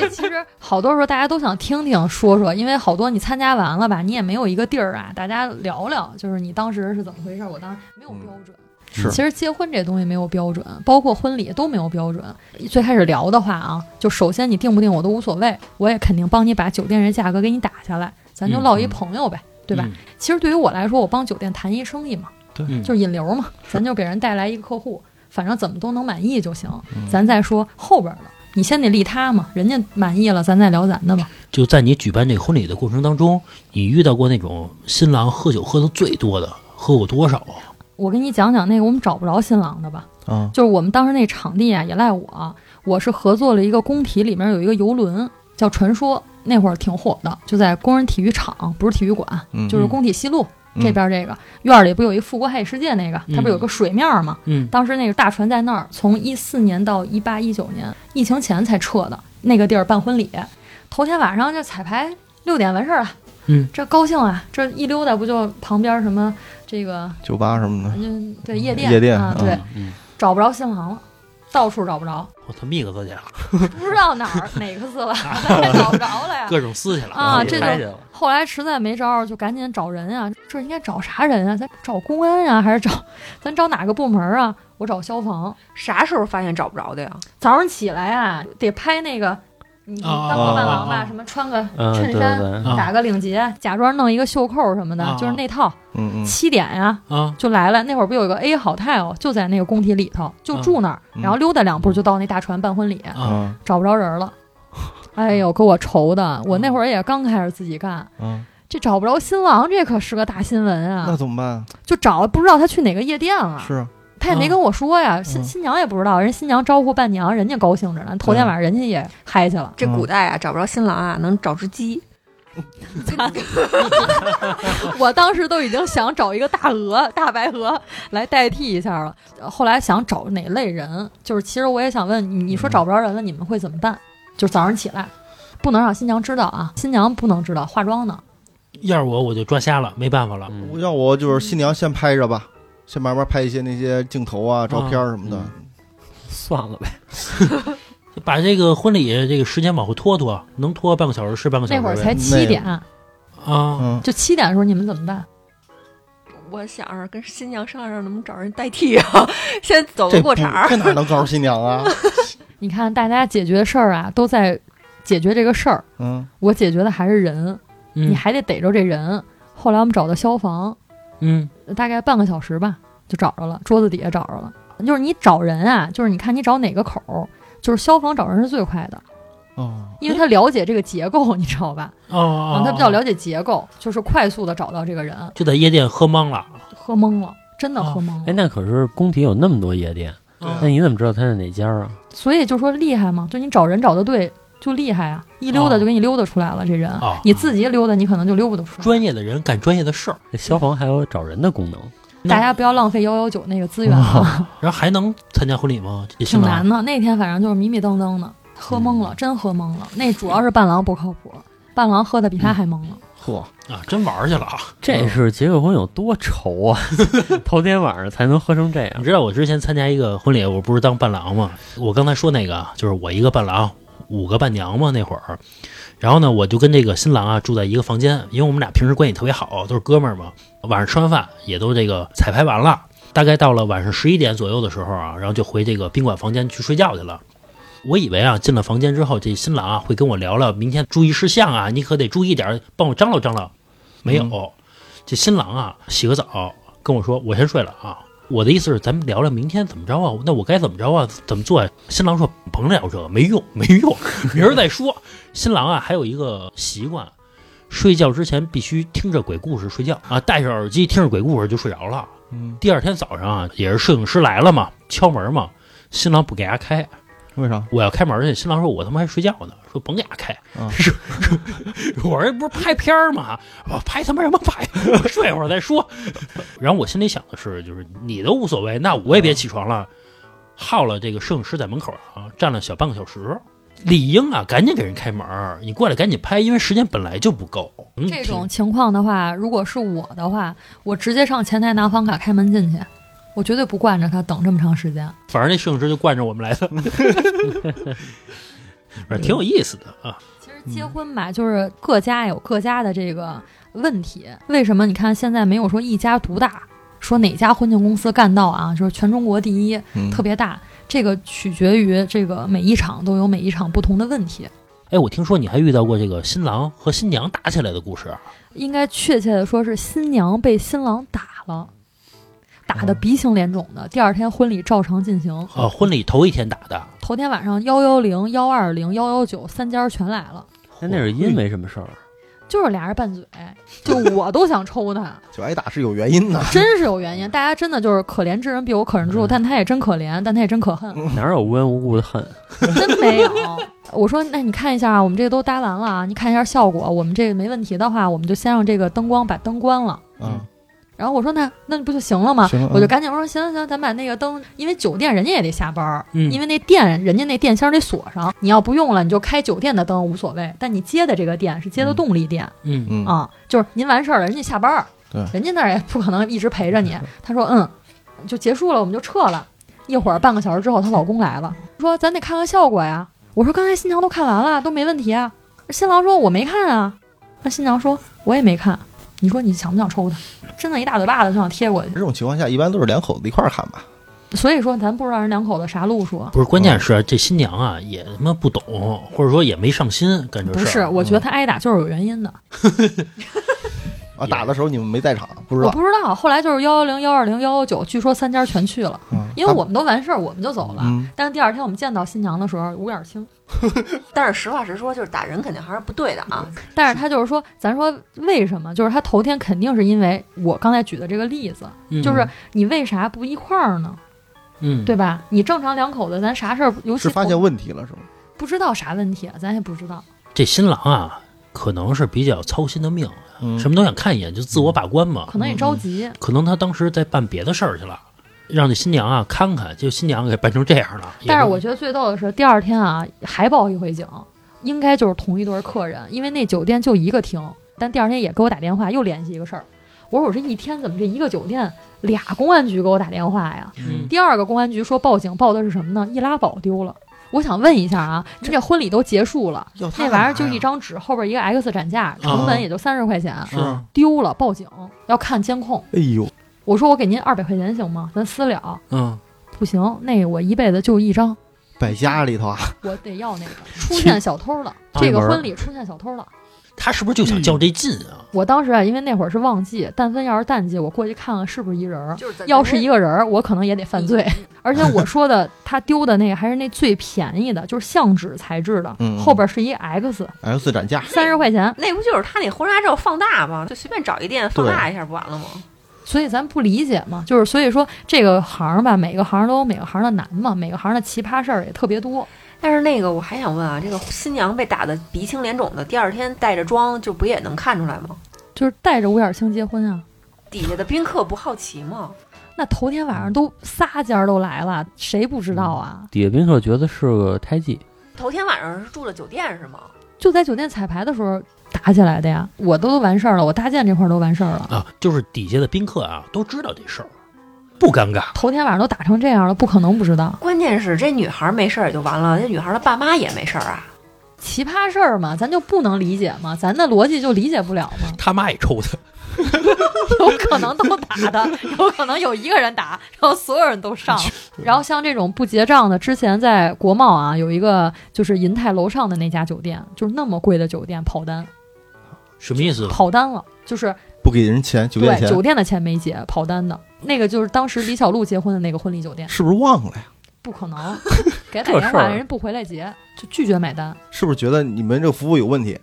F: 以其实好多时候大家都想听听说说，因为好多你参加完了吧，你也没有一个地儿啊，大家聊聊，就是你当时是怎么回事儿，我当时没有标准。
C: 嗯是
F: 其实结婚这东西没有标准，包括婚礼都没有标准。最开始聊的话啊，就首先你定不定我都无所谓，我也肯定帮你把酒店这价格给你打下来，咱就唠
C: 嗯
F: 一
C: 嗯
F: 朋友呗，对吧？其实对于我来说，我帮酒店谈一生意嘛，
C: 对
F: 就是引流嘛，咱就给人带来一个客户，反正怎么都能满意就行，
C: 嗯
F: 咱再说后边儿的。你先得利他嘛，人家满意了，咱再聊咱的嘛。
E: 就在你举办这个婚礼的过程当中，你遇到过那种新郎喝酒喝的最多的，喝过多少啊？
F: 我给你讲讲那个我们找不着新郎的吧，
C: 啊，
F: 就是我们当时那场地啊也赖我，我是合作了一个工体，里面有一个游轮叫传说，那会儿挺火的，就在工人体育场，不是体育馆，
C: 嗯
F: 就是工体西路、
C: 嗯
F: 这边这个院儿里不有一富国海世界那个，它不有个水面儿吗？
E: 嗯，
F: 当时那个大船在那儿，从一四年到一八一九年疫情前才撤的那个地儿办婚礼，头天晚上就彩排六点完事儿了。
E: 嗯，
F: 这高兴啊！这一溜达不就旁边什么这个，
C: 酒吧什么的，
F: 嗯，对夜店，
C: 夜店
F: 啊，
C: 嗯
F: 对，
B: 嗯，
F: 找不着新郎了，到处找不着，
E: 我他蜜个自去了，
F: 不知道哪儿哪个 字了，找不着了呀。
E: 各种撕去了
F: 啊这
E: 拍
F: 种
E: 去了
F: 后来实在没招儿，就赶紧找人啊，这应该找啥人啊？咱找公安啊，还是找咱找哪个部门啊？我找消防。
D: 啥时候发现找不着的呀？
F: 早上起来啊，得拍那个，你
E: 啊
F: 当个伴郎
E: 啊啊
F: 吧
E: 啊，
F: 什么穿个
B: 嗯，对
F: 衬
B: 对
F: 衫，
B: 对，
E: 啊
F: 打个领结，假装弄一个袖扣什么的
E: 啊啊，
F: 就是那套。
C: 嗯嗯，
F: 七点呀
E: 啊，
F: 就来了，那会儿不有一个 A 好泰哦，就在那个工体里头，就住那儿，
C: 嗯
F: 然后溜达两步就到那大船办 婚礼，
E: 啊
C: 啊
F: 找不着人了。哎呦，给我愁的！我那会儿也刚开始自己干，
C: 啊，
F: 这找不着新郎，这可是个大新闻
C: 那
F: 啊！
C: 怎么办？
F: 就找不知道他去哪个夜店了，
C: 是啊，
F: 他也没跟我说呀，新
C: 嗯
F: 新娘也不知道，人新娘招呼伴娘，人家高兴着呢，头天
E: 嗯
F: 晚上人家也嗨去了。
C: 嗯
D: 这古代啊，找不着新郎啊，能找只鸡。
F: 我当时都已经想找一个大鹅、大白鹅来代替一下了，呃后来想找哪类人，就是其实我也想问你，你说找不着人了，你们会怎么办？就是早上起来，不能让新娘知道啊，新娘不能知道，化妆呢。
E: 要是我我就抓瞎了，没办法了。
B: 嗯
C: 要我就是新娘先拍着吧，先慢慢拍一些那些镜头啊、照片什么的，
B: 算了呗。
E: 把这个婚礼这个时间往后拖拖，能拖半个小时是半个小
F: 那
E: 时呗。
F: 会儿才七点，
E: 啊，
C: 嗯，
F: 就七点的时候你们怎么办？
D: 我想着跟新娘商量商量，能不能找人代替啊？ 先走个过场儿
C: 这不。这哪能告诉新娘啊？
F: 你看大家解决事儿啊，都在解决这个事儿，
C: 嗯
F: 我解决的还是人，
E: 嗯
F: 你还得逮着这人。后来我们找的消防，
E: 嗯
F: 大概半个小时吧，就找着了，桌子底下找着了。就是你找人啊，就是你看你找哪个口儿，就是消防找人是最快的，
C: 哦，
F: 因为他了解这个结构， 你知道吧？
E: 哦哦
F: 啊，，他比较
E: 哦
F: 了解结构，就是快速的找到这个人。
E: 就在夜店喝懵了。
F: 喝懵了，真的
E: 哦
F: 喝懵
B: 哎，
F: 了。
B: 那可是工体有那么多夜店，
C: 啊
B: 那你怎么知道它是哪家啊？
F: 所以就说厉害嘛，就你找人找的对，就厉害啊！一溜达
E: 哦
F: 就给你溜达出来了，这人
E: 哦。
F: 你自己溜达，你可能就溜不得出来。
E: 专业的人干专业的事儿，
B: 那消防还有找人的功能，
F: 大家不要浪费幺幺九那个资源啊，
E: 然后还能参加婚礼吗？也
F: 挺
E: 行啊吧
F: 难的。那天反正就是迷迷瞪瞪的，喝懵了，真喝懵了。那主要是伴郎不靠谱，伴郎喝的比他还懵了。
C: 嚯，
E: 啊，真玩儿去了啊！
B: 这是结个婚有多愁啊？ 头天晚上才能喝成这
E: 你
B: 样。
E: 知道我之前参加一个婚礼，我不是当伴郎吗？我刚才说那个，就是我一个伴郎，五个伴娘嘛那会儿。然后呢，我就跟这个新郎啊住在一个房间，因为我们俩平时关系特别好，都是哥们儿嘛。晚上吃完饭也都这个彩排完了，大概到了晚上十一点左右的时候啊，然后就回这个宾馆房间去睡觉去了。我以为啊，进了房间之后，这新郎啊会跟我聊聊明天注意事项啊，你可得注意点儿，帮我张罗张罗。没有，这新郎啊，洗个澡跟我说：“我先睡了啊。”我的意思是，咱们聊聊明天怎么着啊？那我该怎么着啊？怎么做啊？新郎说：“甭聊这个，没用，没用， 明儿再说。”新郎啊，还有一个习惯，睡觉之前必须听着鬼故事睡觉啊，戴着耳机听着鬼故事就睡着了。
C: 嗯，
E: 第二天早上啊，也是摄影师来了嘛，敲门嘛，新郎不给他开，
C: 为啥？
E: 我要开门去，新郎说：“我他妈还睡觉呢。”说：“甭给他开。
C: 啊
E: 是，是 我说：“不是拍片儿吗？我拍他妈什么拍？ 我睡会儿再说。”然后我心里想的是，就是你都无所谓，那我也别起床了。耗了这个摄影师在门口啊，站了小半个小时。理应啊，赶紧给人开门儿，你过来赶紧拍，因为时间本来就不够。嗯
F: 这种情况的话，如果是我的话，我直接上前台拿房卡开门进去，我绝对不惯着他等这么长时间。
E: 反正那摄影师就惯着我 们来的， 反正挺有意思的啊。
F: 其实结婚吧，就是各家有各家的这个问题。为什么你看现在没有说一家独大，说哪家婚庆公司干到啊，就是全中国第一，
C: 嗯
F: 特别大？这个取决于这个每一场都有每一场不同的问题。
E: 哎，我听说你还遇到过这个新郎和新娘打起来的故事啊，
F: 应该确切的说是新娘被新郎打了，打得鼻青脸肿的。第二天婚礼照常进行，
E: 呃婚礼头一天打的，
F: 头天晚上幺幺零、幺二零、幺幺九三家全来了，
B: 那那是因为什么 事儿？啊
F: 就是俩人拌嘴，就我都想抽他，
C: 就挨打是有原因的。
F: 真是有原因。大家真的就是可怜之人必有可忍之处，但他也真可怜，但他也真可恨，
B: 哪有无缘无故的恨？
F: 真没有。我说，那你看一下啊，我们这个都搭完了啊，你看一下效果，我们这个没问题的话，我们就先让这个灯光把灯关了。
C: 嗯，
F: 然后我说那那不就行了吗
C: 行了？
F: 我就
C: 嗯
F: 赶紧我说行行行，咱把那个灯，因为酒店人家也得下班儿，
E: 嗯
F: 因为那店人家那电箱得锁上，你要不用了你就开酒店的灯无所谓，但你接的这个店是接的动力店、
E: 嗯，
C: 嗯，
F: 啊，就是您完事儿了，人家下班儿，
C: 对
F: 人家那儿也不可能一直陪着你。他说嗯，就结束了，我们就撤了。一会儿半个小时之后，她老公来了，说咱得看看效果呀。我说刚才新娘都看完了，都没问题啊。新郎说我没看啊，那新娘说我也没看。你说你想不想抽他？真的一大嘴巴子就想贴过去。
C: 这种情况下一般都是两口子一块儿看吧。
F: 所以说，咱不知道人两口子啥路数。啊
E: 不是，关键是这新娘啊也他妈不懂，或者说也没上心干这
F: 不
E: 事
F: 是，
E: 儿。
F: 我
C: 嗯
F: 觉得他挨打就是有原因的。
C: 啊，打的时候你们没在场，不知
F: 我
C: 道。
F: 不知道，后来就是幺幺零、幺二零、幺幺九，据说三家全去了，
C: 嗯
F: 因为我们都完事儿，我们就走了。
C: 嗯
F: 但是第二天我们见到新娘的时候，五眼青。
D: 但是实话实说，就是打人肯定还是不对的啊。
F: 但是他就是说，咱说为什么？就是他头天肯定是因为我刚才举的这个例子，
E: 嗯
F: 就是你为啥不一块儿呢？
E: 嗯，
F: 对吧？你正常两口子，咱啥事儿，尤其
C: 是发现
F: 头
C: 问题了是吗？
F: 不知道啥问题，啊咱也不知道。
E: 这新郎啊可能是比较操心的命，
C: 嗯
E: 什么都想看一眼，就自我把关嘛。
F: 可能也着急，
E: 可能他当时在办别的事儿去了，让这新娘啊看看，就新娘给办成这样了。
F: 但是
E: 也
F: 我觉得最逗的是，第二天啊还报一回警，应该就是同一对儿客人，因为那酒店就一个厅。但第二天也给我打电话，又联系一个事儿。我说我这一天怎么这一个酒店俩公安局给我打电话呀？
E: 嗯
F: 第二个公安局说报警报的是什么呢？易拉宝丢了。我想问一下啊，你这婚礼都结束了，
C: 要他
F: 那玩意
C: 干
F: 儿
C: 嘛
F: 就
C: 呀
F: 一张纸，后边一个 X 展架，成本也就三十块钱，
C: 是啊
F: 丢了报警要看监控。
C: 哎呦，
F: 我说我给您二百块钱行吗？咱私了。
E: 嗯，
F: 不行，那我一辈子就一张。
C: 摆家里头啊，
F: 我得要那个出现小偷了，这个婚礼出现小偷了。
E: 他是不是就想较这劲啊？
F: 我当时啊，因为那会儿是旺季，但凡要是淡季，我过去看看是不是一人儿。
D: 就是在嗯
F: 要是一个人儿，我可能也得犯罪。而且我说的，他丢的那个还是那最便宜的，就是相纸材质的
C: 嗯，
F: 后边是一 X，
C: X 展架，
F: 三十块钱。
D: 那不就是他那婚纱照放大吗？就随便找一店放
C: 对
D: 大一下不完了吗？
F: 所以咱不理解嘛，就是所以说这个行儿吧，每个行儿都有每个行儿的难嘛，每个行儿的奇葩事儿也特别多。
D: 但是那个我还想问啊，这个新娘被打的鼻青脸肿的，第二天带着妆就不也能看出来吗？
F: 就是带着五眼星结婚啊，
D: 底下的宾客不好奇吗？
F: 那头天晚上都仨家儿都来了，谁不知道啊？
B: 底下宾客觉得是个胎记，
D: 头天晚上是住的酒店是吗？
F: 就在酒店彩排的时候打起来的呀。我都完事儿了，我搭建这块儿都完事儿了，
E: 啊，就是底下的宾客啊都知道这事儿，不尴尬。。
F: 头天晚上都打成这样了，不可能不知道。
D: 关键是这女孩没事儿也就完了，这女孩的爸妈也没事儿啊。
F: 奇葩事儿嘛，咱就不能理解嘛，咱的逻辑就理解不了嘛
E: 他妈也抽他，
F: 有可能都打的，有可能有一个人打，然后所有人都上。然后像这种不结账的，之前在国贸啊有一个就是银泰楼上的那家酒店，就是那么贵的酒店跑单，哦
E: 什么意思？
F: 跑单了，就是
C: 不给人钱，嗯酒店
F: 对，
C: 钱
F: 酒店的钱没结，跑单的那个就是当时李小璐结婚的那个婚礼酒店，
C: 是不是忘了呀？
F: 不可能， 给打
B: 这
F: 电
B: 事
F: 话
B: 儿
F: 人不回来结，就拒绝买单。
C: 是不是觉得你们这个服务有问题？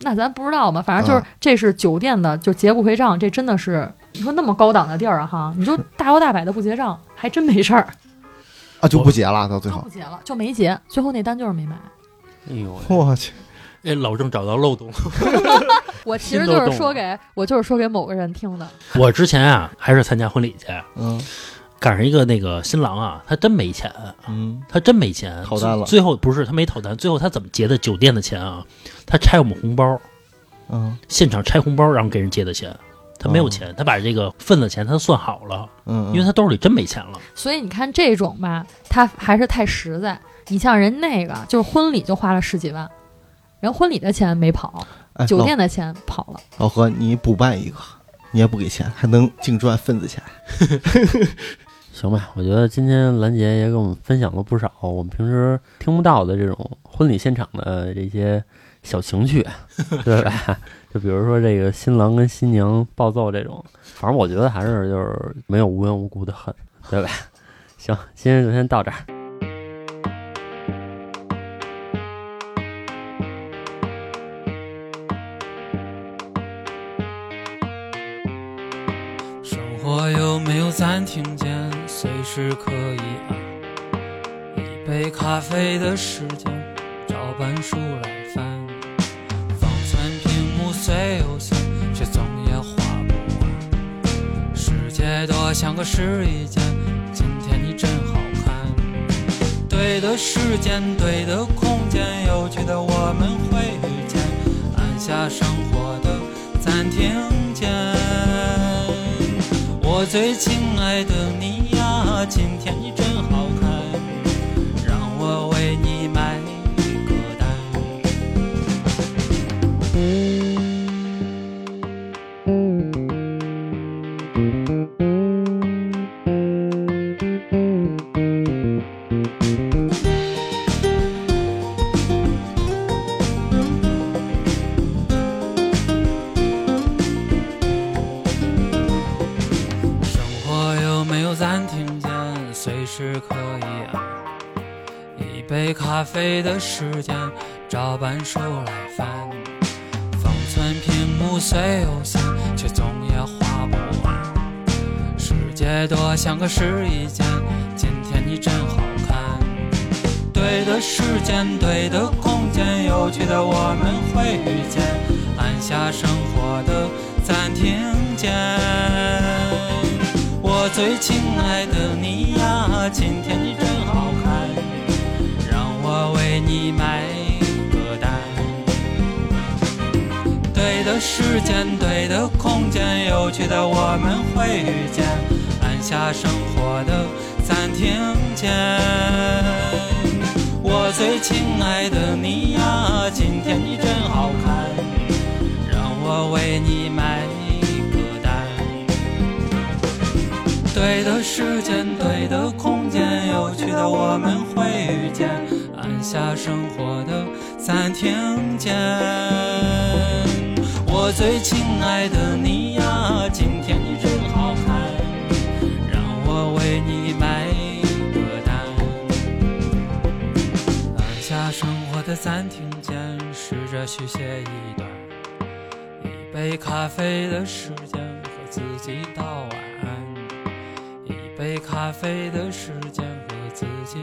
F: 那咱不知道嘛，反正就是
C: 嗯
F: 这是酒店的，就结不回账，这真的是你说那么高档的地儿啊哈，你就大摇大摆的不结账，还真没事儿，
C: 啊，就不结了，到最
F: 他
C: 后
F: 不，结了就没结，最后那单就是没买。
B: 哎呦喂，
C: 我去，
E: 哎，老郑找到漏洞。
F: 我其实
E: 心都
F: 就是
E: 动
F: 说
E: 了
F: 给我就是说给某个人听的，
E: 我之前啊，还是参加婚礼去，
C: 嗯
E: 赶上一个那个新郎啊，他真没钱，
C: 嗯，
E: 他真没钱，
C: 套单了
E: 最后不是他没讨单，最后他怎么结的酒店的钱啊？他拆我们红包，
C: 嗯
E: 现场拆红包，然后给人结的钱。他没有
C: 哦
E: 钱，他把这个份子钱他算好了，
C: 嗯，
E: 因为他兜里真没钱了。
F: 所以你看这种吧，他还是太实在。你像人那个就是婚礼就花了十几万，人婚礼的钱没跑，
C: 哎
F: 酒店的钱跑了。
C: 老老何，你补办一个，你也不给钱，还能净赚份子钱，
B: 行吧，我觉得今天兰姐也给我们分享了不少我们平时听不到的这种婚礼现场的这些小情趣，啊对吧？就比如说这个新郎跟新娘暴揍这种，反正我觉得还是就是没有无缘无故的恨，对吧？ 行，今天就先到这儿。
A: 生活有没有暂停键，随时可以按。一杯咖啡的时间，找本书来翻。方寸屏幕虽有限，却总也画不完。世界多像个试衣间，今天你真好看。对的时间，对的空间，有趣的我们会遇见。按下生活的暂停键。我最亲爱的你呀，今天你真好看，让我为你买一个蛋。生活有没有暂停键，随时可以按。一杯咖啡的时间，照搬书来翻。方寸屏幕虽有限，却总也画不完。世界多像个试衣间，今天你真好看。对的时间，对的空间，有趣的我们会遇见。按下生活的暂停键。我最亲爱的你呀，今天你真好看，让我为你买个蛋。对的时间，对的空间，有趣的我们会遇见。按下生活的暂停键。我最亲爱的你呀，今天你真好看，让我为你买一个蛋。对的时间，对的空间，有趣的我们会遇见。按下生活的暂停键。我最亲爱的你呀，今天你真好看，让我为你买一个蛋。按下生活的暂停键，试着续写一段一杯咖啡的时间，和自己道晚安。一杯咖啡的时间和自己。